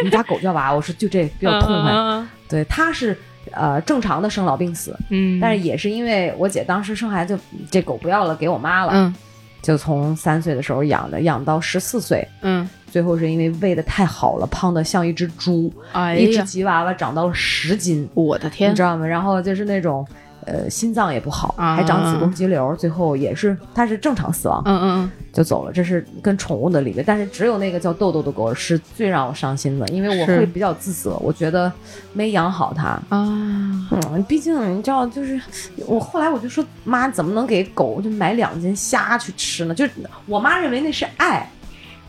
S2: 我们家狗叫娃娃。我说就这比较痛快。
S1: 嗯
S2: 对，它是呃正常的生老病死，
S1: 嗯，
S2: 但是也是因为我姐当时生孩子，这狗不要了，给我妈了。
S1: 嗯
S2: 就从三岁的时候养着，养到十四岁，
S1: 嗯，
S2: 最后是因为喂的太好了，胖的像一只猪，
S1: 哎
S2: 一只
S1: 呀，
S2: 吉娃娃长到了十斤，
S1: 我的
S2: 你
S1: 天
S2: 知，道吗？然后就是那种，呃，心脏也不好，
S1: 啊
S2: 还长子宫肌瘤，最后也是它是正常死亡、
S1: 嗯嗯
S2: 就走了。这是跟宠物的里面，但是只有那个叫豆豆的狗是最让我伤心的，因为我
S1: 是
S2: 会比较自责，我觉得没养好它。
S1: 嗯啊，
S2: 嗯，毕竟你知道，就是我后来我就说，妈怎么能给狗就买两斤虾去吃呢？就是我妈认为那是爱，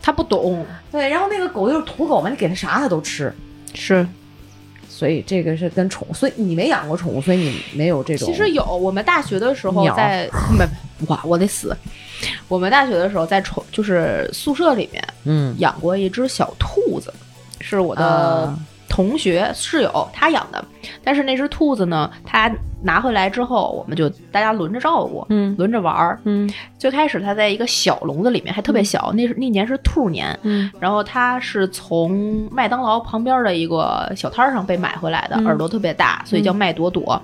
S1: 他不懂，
S2: 对。然后那个狗就是土狗嘛，你给它啥它都吃，
S1: 是
S2: 所以这个是跟宠物，所以你没养过宠物，所以你没有这种。
S1: 其实有，我们大学的时候
S2: 鸟
S1: 在，没哇，我得死。我们大学的时候在宠，就是宿舍里面
S2: 嗯，
S1: 养过一只小兔子，是我的
S2: 啊
S1: 同学室友他养的。但是那只兔子呢，他拿回来之后，我们就大家轮着照顾，
S2: 嗯
S1: 轮着玩儿。
S2: 嗯
S1: 最开始它在一个小笼子里面，还特别小，那是那年是兔年，
S2: 嗯
S1: 然后它是从麦当劳旁边的一个小摊儿上被买回来的，
S2: 嗯
S1: 耳朵特别大，所以叫麦朵朵。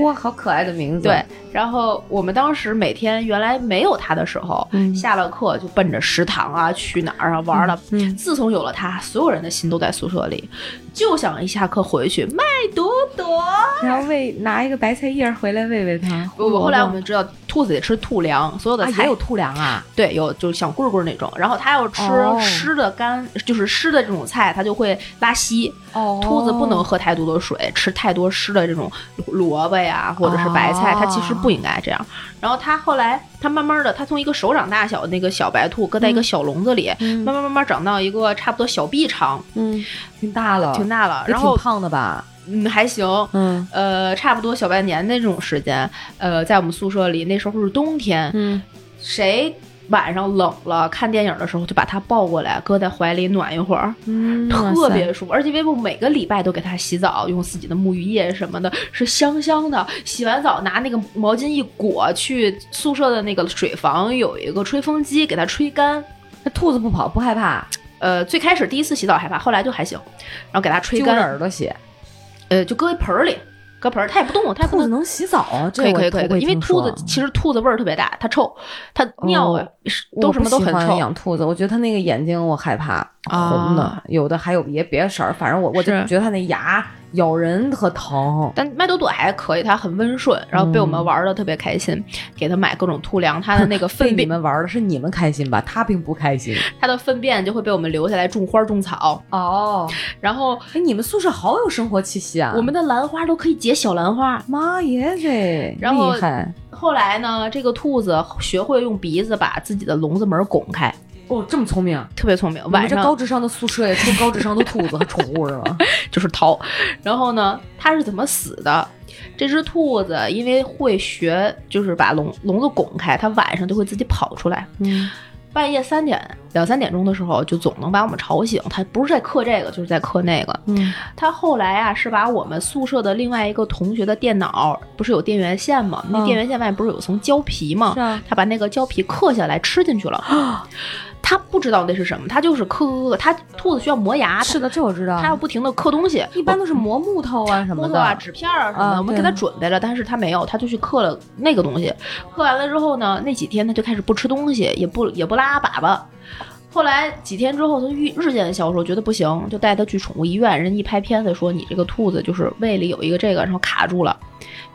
S2: 哇，好可爱的名字。
S1: 对，，然后我们当时每天原来没有它的时候，下了课就奔着食堂啊，去哪儿啊玩了。
S2: 嗯
S1: 自从有了它，所有人的心都在宿舍里，就想一下课回去麦朵朵。
S2: 然后喂拿一个白菜叶儿回来喂喂它。
S1: 不不，后来我们知道兔子得吃兔粮，所有的
S2: 啊
S1: 菜
S2: 也有兔粮啊，
S1: 对，有就是小棍棍那种，然后它要吃
S2: 哦
S1: 湿的干，就是湿的这种菜，它就会拉稀。
S2: 哦哦
S1: 兔子不能喝太多的水，吃太多湿的这种萝卜呀，或者是白菜，它其实不应该这样。然后他后来，他慢慢的，他从一个手掌大小的那个小白兔搁在一个小笼子里，
S2: 嗯
S1: 慢慢慢慢长到一个差不多小臂长，
S2: 嗯，挺大了，
S1: 挺大了，
S2: 也
S1: 然后
S2: 挺胖的吧？
S1: 嗯还行。
S2: 嗯
S1: 呃，差不多小半年那种时间，呃，在我们宿舍里，那时候是冬天，
S2: 嗯，
S1: 谁晚上冷了看电影的时候，就把它抱过来，搁在怀里暖一会儿，
S2: 嗯
S1: 特别舒服。而且微布每个礼拜都给它洗澡，用自己的沐浴液什么的，是香香的。洗完澡拿那个毛巾一裹，去宿舍的那个水房有一个吹风机给它吹干。
S2: 那兔子不跑不害怕，
S1: 呃，最开始第一次洗澡害怕，后来就还行，然后给它吹
S2: 揪着
S1: 干，
S2: 耳朵洗。
S1: 呃，就搁一盆儿里，搁盆儿，它也不动，它也不
S2: 兔
S1: 能
S2: 子能洗澡啊？这
S1: 可以
S2: 我
S1: 可以可以
S2: 头
S1: 可以，
S2: 回
S1: 因为
S2: 听
S1: 兔
S2: 说啊哦
S1: 子其实兔子味儿特别大，它臭，它尿啊、是
S2: 我
S1: 都什
S2: 不
S1: 么都
S2: 喜
S1: 很
S2: 欢
S1: 臭。啊
S2: 养兔子，我觉得它那个眼睛我害怕，红的，有的还有别别色儿，反正我我就是觉得它那牙咬人特疼。
S1: 但麦朵朵还可以，它很温顺，然后被我
S2: 嗯
S1: 们玩的特别开心，给它买各种兔粮，它的那个
S2: 被
S1: 粪
S2: 你
S1: 便，
S2: 们玩儿的是你们开心吧？它并不开心。
S1: 它的粪便就会被我们留下来种花种草。
S2: 哦，
S1: 然后
S2: 哎，你们宿舍好有生活气息啊！
S1: 我们的兰花都可以结小兰花。
S2: 妈耶嘞，
S1: 然后
S2: 厉害
S1: 后来呢，这个兔子学会用鼻子把自己的笼子门拱开，
S2: 哦，这么聪明。
S1: 特别聪明。
S2: 你们
S1: 晚
S2: 嗯这
S1: 上
S2: 高智商的宿舍也出高智商的兔子和宠物是吗？
S1: 就是逃。然后呢，它是怎么死的？这只兔子因为会学，就是把笼笼子拱开，它晚上就会自己跑出来。
S2: 嗯，
S1: 半夜三点、两三点钟的时候，就总能把我们吵醒。它不是在嗑这个，就是在嗑那个。
S2: 嗯，
S1: 它后来啊，是把我们宿舍的另外一个同学的电脑，不是有电源线吗？那
S2: 嗯
S1: 电源线外面不 是有层胶皮吗？
S2: 是啊
S1: 它把那个胶皮嗑下来吃进去了。它不知道那是什么，它就是嗑嗑嗑。它兔子需要磨牙，
S2: 啊是的，这我知道。
S1: 它要不停的嗑东西。
S2: 一般都是磨木头啊什么
S1: 木
S2: 的。
S1: 头啊、纸片儿啊什么的，
S2: 啊
S1: 我们给他
S2: 对
S1: 准备了，但是他没有，他就去刻了那个东西。刻完了之后呢，那几天他就开始不吃东西，也不也不拉粑粑。后来几天之后，他日日渐消瘦，觉得不行，就带他去宠物医院。人一拍片子说：“你这个兔子就是胃里有一个这个，然后卡住了，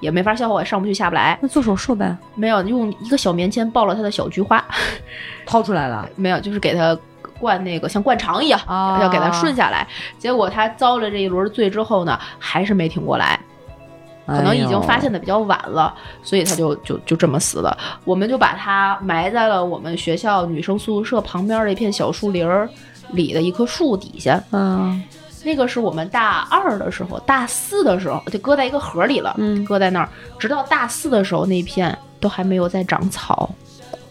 S1: 也没法消化，上不去下不来。
S2: 那做手术呗，”
S1: 没有，用一个小棉签抱了他的小菊花，
S2: 掏出来了。
S1: 没有，就是给他灌那个像灌肠一样，
S2: 啊
S1: 哦要给他顺下来。结果他遭了这一轮罪之后呢，还是没挺过来。可能已经发现的比较晚了，
S2: 哎
S1: 所以他就就就这么死了。我们就把它埋在了我们学校女生宿舍旁边的一片小树林儿里的一棵树底下。
S2: 哎呦，嗯
S1: 那个是我们大二的时候，大四的时候就搁在一个盒里了，
S2: 嗯
S1: 搁在那儿，直到大四的时候那片都还没有再长草。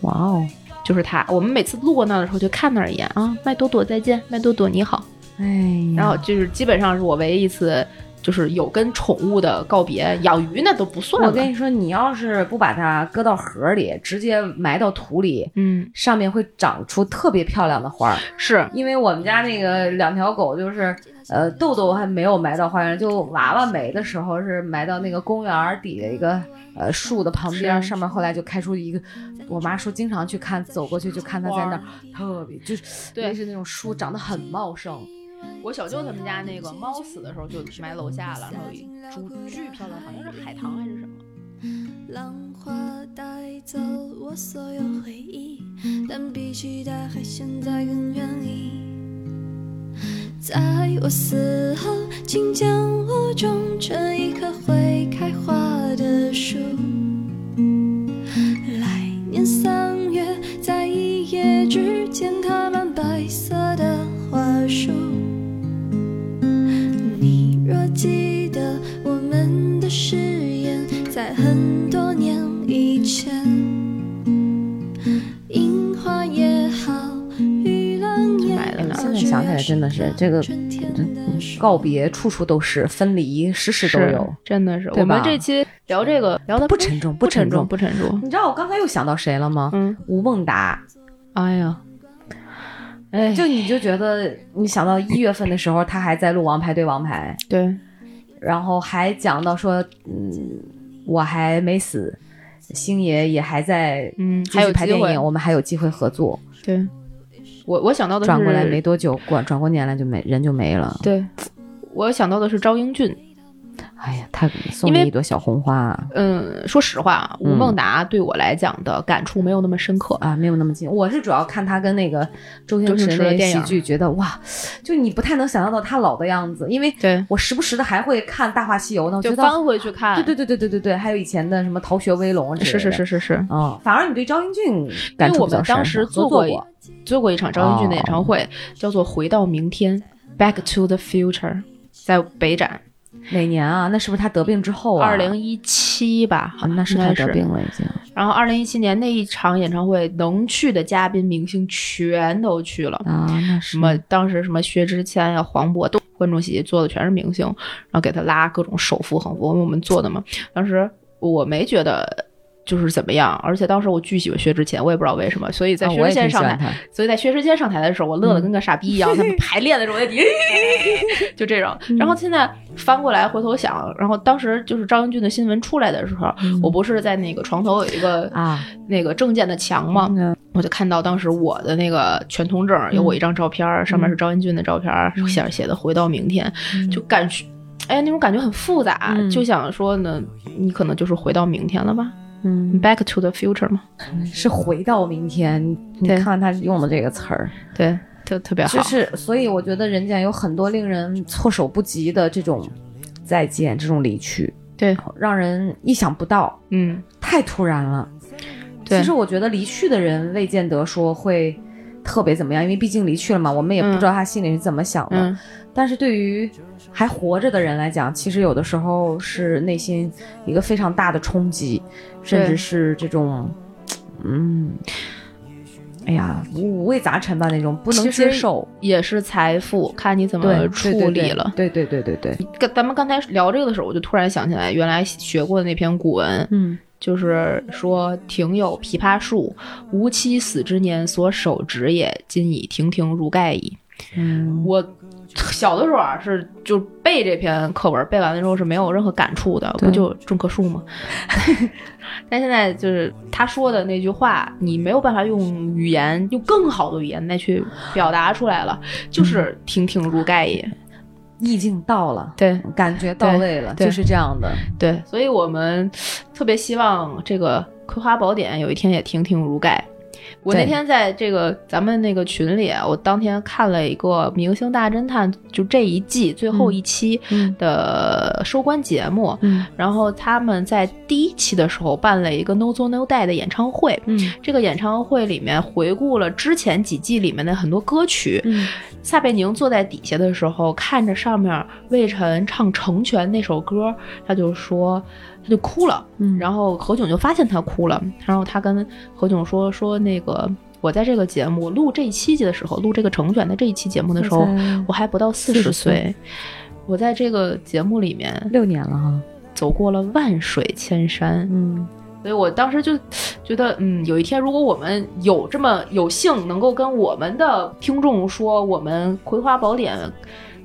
S2: 哇哦，
S1: 就是它，我们每次路过那儿的时候就看那儿一眼啊，麦朵朵再见，麦朵朵你好。
S2: 哎呀，
S1: 然后就是基本上是我唯一一次就是有跟宠物的告别，养鱼那都不算了。
S2: 我跟你说，你要是不把它搁到盒里，直接埋到土里，
S1: 嗯，
S2: 上面会长出特别漂亮的花儿。
S1: 是
S2: 因为我们家那个两条狗就是，呃，豆豆还没有埋到花园，就娃娃没的时候是埋到那个公园儿底的一个呃树的旁边，
S1: 是
S2: 上面后来就开出一个，我妈说经常去看，走过去就看它在那儿，特别就是
S1: 对
S2: 是那种树长得很茂盛，
S1: 我小舅他们家那个猫死的时候就埋楼下了，然后有一株巨漂亮，好像是海棠还是什么。
S7: 浪花带走我所有回忆，但比起大海，现在更愿意。在我死后，请将我种成一棵会开花的树。来年三月，在一夜之间开满白色的花束。你若记得我们的誓言，在很多年以前，樱花也好，玉兰也
S1: 买了呢
S7: 好，
S2: 现在想起来真的是这个嗯
S7: 春天的树
S2: 告别处处都是，分离时时都有。
S1: 真的是。
S2: 对吧
S1: 我们这期聊这个聊的
S2: 不沉重
S1: 不
S2: 不沉
S1: 重，
S2: 重
S1: 不沉重。
S2: 你知道我刚才又想到谁了吗？
S1: 嗯，
S2: 吴孟达，
S1: 哎呀，哎，
S2: 就你就觉得你想到一月份的时候，他还在录《王牌对王牌
S1: 对，》，
S2: 然后还讲到说，嗯，我还没死，星爷也还在，
S1: 嗯
S2: 继续
S1: 还有
S2: 拍
S1: 机
S2: 电
S1: 会
S2: 影，我们还有机会合作。
S1: 对，我我想到的是
S2: 转过来没多久，过转过年来就没人就没了。
S1: 对，我想到的是赵英俊，
S2: 哎呀，他送
S1: 因
S2: 你
S1: 为
S2: 一朵小红花啊
S1: 嗯，说实话啊，吴
S2: 嗯
S1: 孟达对我来讲的感触没有那么深刻。
S2: 啊，没有那么近。我是主要看他跟那个周星
S1: 周星
S2: 驰
S1: 驰的
S2: 那
S1: 电
S2: 喜
S1: 影
S2: 剧，觉得哇，就你不太能想象到他老的样子，因为
S1: 对，
S2: 我时不时的还会看《大话西游》呢，我觉
S1: 就
S2: 得
S1: 翻回去看，
S2: 对对对对对对对，还有以前的什么《逃学威龙》之类
S1: 是
S2: 的，
S1: 是是是是。
S2: 哦，反而你对张英俊
S1: 因
S2: 感
S1: 为
S2: 触
S1: 我
S2: 比较
S1: 们
S2: 深
S1: 当时
S2: 合作
S1: 过
S2: 过
S1: 做过一场张英俊的演唱
S2: 哦
S1: 会，叫做《回到明天》（Back to the Future），在北展，
S2: 哪年啊？那是不是他得病之后啊？
S1: 二零一七吧，
S2: 啊，那是
S1: 应
S2: 他
S1: 该
S2: 得病了已经。
S1: 然后二零一七年那一场演唱会，能去的嘉宾明星全都去了，
S2: 啊，那
S1: 什
S2: 是
S1: 么当时什么薛之谦呀、黄渤都观众席坐的全是明星，然后给他拉各种手扶横幅，因为我们做的嘛。当时我没觉得就是怎么样，而且当时我巨喜欢薛之谦，我也不知道为什么，所以在
S2: 啊
S1: 薛
S2: 我
S1: 之
S2: 也挺
S1: 谦
S2: 喜
S1: 上
S2: 欢
S1: 台，
S2: 他。
S1: 所以在薛之谦上台的时候，我乐
S2: 嗯
S1: 得跟个傻逼一样。他 们排练的时候，我在底下就 这种。
S2: 嗯
S1: 然后现在翻过来回头想，然后当时就是张英俊的新闻出来的时候，我不是在那个床头有一个
S2: 嗯啊嗯
S1: 那个证件的墙吗？我就看到当时我的那个全通证有我一张照片，上
S2: 嗯
S1: 面是张英俊的照片，写写的“回到明天”，就感觉。哎呀，那种感觉很复杂，
S2: 嗯
S1: 就想说呢，你可能就是回到明天了吧
S2: 嗯，
S1: ，back to the future 嘛，
S2: 是回到明天，你你
S1: 对
S2: 看看他用的这个词儿，
S1: 对，特特别好，
S2: 就是所以我觉得人家有很多令人措手不及的这种再见，这种离去，
S1: 对，
S2: 让人意想不到，
S1: 嗯，
S2: 太突然了。
S1: 对
S2: 其实我觉得离去的人未见得说会特别怎么样，因为毕竟离去了嘛，我们也不
S1: 嗯
S2: 知道他心里是怎么想的。
S1: 嗯
S2: 但是对于还活着的人来讲，其实有的时候是内心一个非常大的冲击，甚至是这种，嗯，哎呀，五五味杂陈吧，那种不能
S1: 其实
S2: 接受。
S1: 也是财富，看你怎么
S2: 对，
S1: 呃处理了。
S2: 对对对对对对，
S1: 跟咱们刚才聊这个的时候，我就突然想起来，原来学过的那篇古文，
S2: 嗯，
S1: 就是说“庭有枇杷树，吾妻死之年所手植也，今已亭亭如盖矣。”
S2: 嗯，
S1: 我小的时候啊，是就背这篇课文，背完了之后是没有任何感触的，
S2: 对
S1: 不就种棵树吗？ 但现在就是他说的那句话，你没有办法用语言，用更好的语言再去表达出来了，
S2: 嗯
S1: 就是亭亭如盖也。
S2: 意境到了，
S1: 对
S2: 感觉到位了，
S1: 对
S2: 就是这样的。
S1: 对，所以我们特别希望这个《葵花宝典》有一天也亭亭如盖。我那
S2: 对
S1: 天在这个咱们那个群里啊，我当天看了一个《明星大侦探》，就这一季最后一期
S2: 嗯
S1: 的收官节目。
S2: 嗯
S1: 然后他们在第一期的时候办了一个 No z o No Die 的演唱会，
S2: 嗯
S1: 这个演唱会里面回顾了之前几季里面的很多歌曲。
S2: 嗯
S1: 撒贝宁坐在底下的时候，看着上面魏晨唱《成全》那首歌，他就说他就哭了。
S2: 嗯
S1: 然后何炅就发现他哭了，然后他跟何炅说说那个我在这个节目录这一期节的时候，录这个《成全》的这一期节目的时候
S2: 现在，
S1: 我还不到四
S2: 40
S1: 十
S2: 岁
S1: 岁。我在这个节目里面
S2: 六年了哈，
S1: 走过了万水千山，
S2: 嗯，
S1: 所以我当时就觉得，嗯，有一天如果我们有这么有幸能够跟我们的听众说，我们《葵花宝典》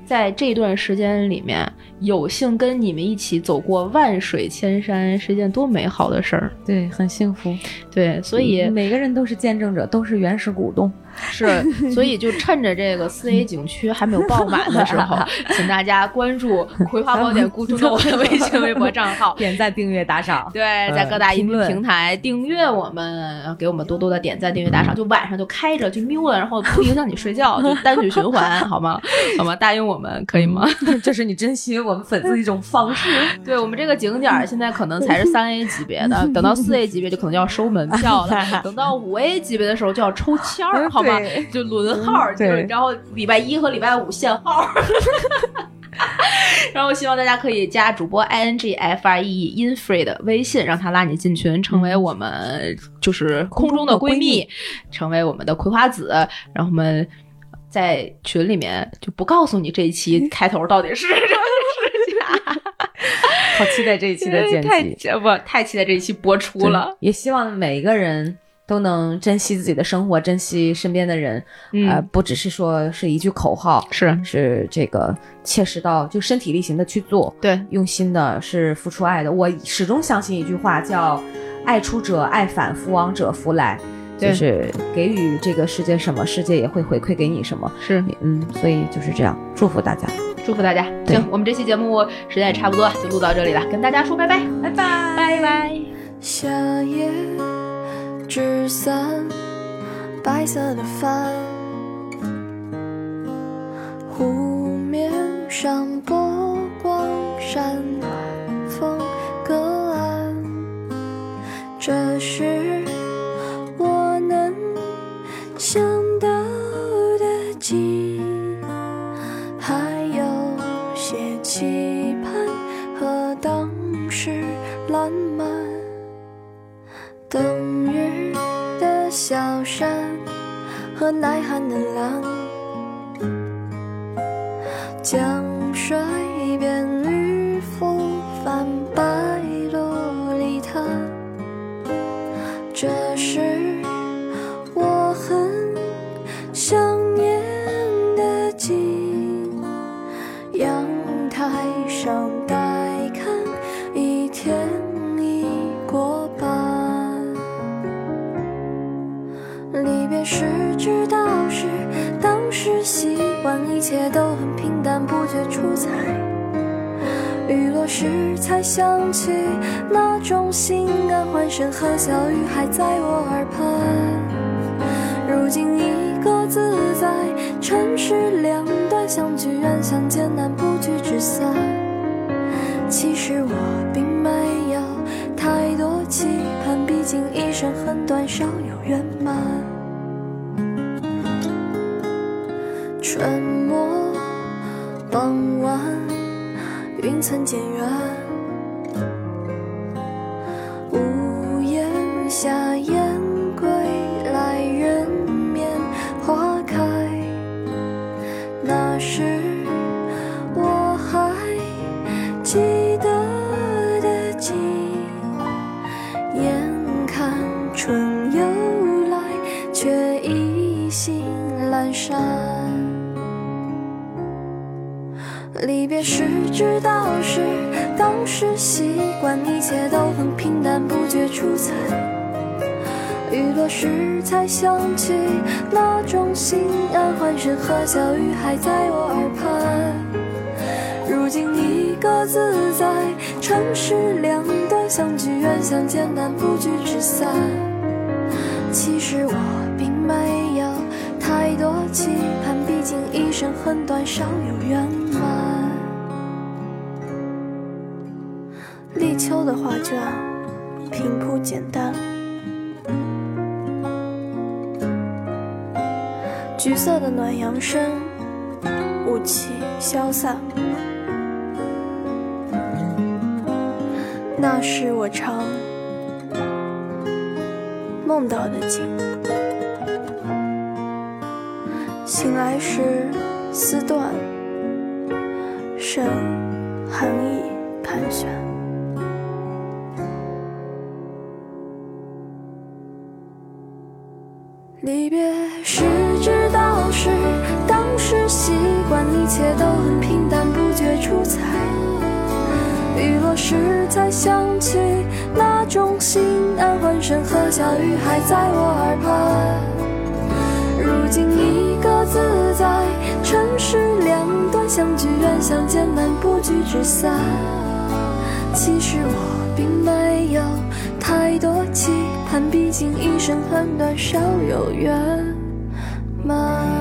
S1: 在这段时间里面有幸跟你们一起走过万水千山，是一件多美好的事儿。
S2: 对，很幸福。
S1: 对，所以
S2: 每个人都是见证者，都是原始股 东。
S1: 是，所以就趁着这个四 A 景区还没有爆满的时 候，请大家关注《葵花宝典》公众号的微信、微博账号。
S2: 点赞、订阅、打赏。
S1: 对，在各大音
S2: 嗯评
S1: 频
S2: 论
S1: 平台订阅我们，呃给我们多多的点赞、订阅、打赏。就晚上就开着，就瞄了，然后不影响你睡觉，就单曲循 环，好吗？好吗？答应我们可以吗？
S2: 这是你珍惜我们粉丝的一种方式。
S1: 对我们这个景点儿现在可能才是三 A 级别的，等到四 A 级别就可能要收门票 了，等到五 A 级别的时候就要抽签儿，好吗
S2: 对？
S1: 就轮号儿，
S2: 嗯
S1: 就
S2: 对
S1: 是然后礼拜一和礼拜五限号儿。 然后希望大家可以加主播 i n g f r e infree 的微信，让他拉你进群，成为我们就是嗯空中的闺蜜，成为我们的葵花籽，然后我们在群里面就不告诉你这一期开头到底是 什么事情。啊
S2: 好期待这一期的剪辑。
S1: 太不太期待这一期播出了。
S2: 也希望每一个人都能珍惜自己的生活，珍惜身边的人。
S1: 嗯
S2: 呃，不只是说是一句 口号，
S1: 是
S2: 是这个切实到就身体力行的去做，
S1: 对，
S2: 用心的是付出爱的。我始终相信一句话，叫“爱出者爱返，福往者福来”，就
S1: 对
S2: 是给予这个世界什么，世界也会回馈给你什么。嗯
S1: 是
S2: 嗯，所以就是这样，祝福大家。
S1: 祝福大家。
S2: 对
S1: 行，我们这期节目时间也差不多，就录到这里了，跟大家说拜拜，拜拜，拜拜。
S7: 夏夜纸伞，白色的帆，湖面上波光闪，风隔岸，这是我能想到的景。还有些期盼和当时烂漫。等雨的小山和耐寒的蓝，江水边渔夫泛白琉璃滩，这是我很想念的景。阳台上待看，一天一过半。离别时知道是当时习惯，一切都很平淡，不觉出彩。雨落时才想起，那种心安欢声和笑语还在我耳畔。如今一个自在，尘世两端，相聚远，相见难，不聚只散。其实我并没有太多期盼，毕竟一生很短，少有圆满。沉默，傍晚，云层渐远。屋檐下燕归来，人面花开。那时我还记得的景，眼看春又来，却已心阑珊。离别时知道是当时习惯，一切都很平淡，不觉出彩。雨落时才想起，那种心安，欢声和笑语还在我耳畔。如今一个自在，尘世两端，相聚远，相见难，不聚只散。其实我并没有太多期盼，毕竟一生很短，少有圆满。立秋的画卷，平铺简单。橘色的暖阳升，雾气消散。那是我常梦到的景。醒来时丝断，剩寒意盘旋。离别时知道是当时习惯，一切都很平淡，不觉出彩。雨落时才想起，那种心安，欢声和笑语还在我耳畔。如今一个自在，尘世两端，相聚远，相见难，不聚只散。其实我并没有太多期盼，毕竟一生很短，少有圆满。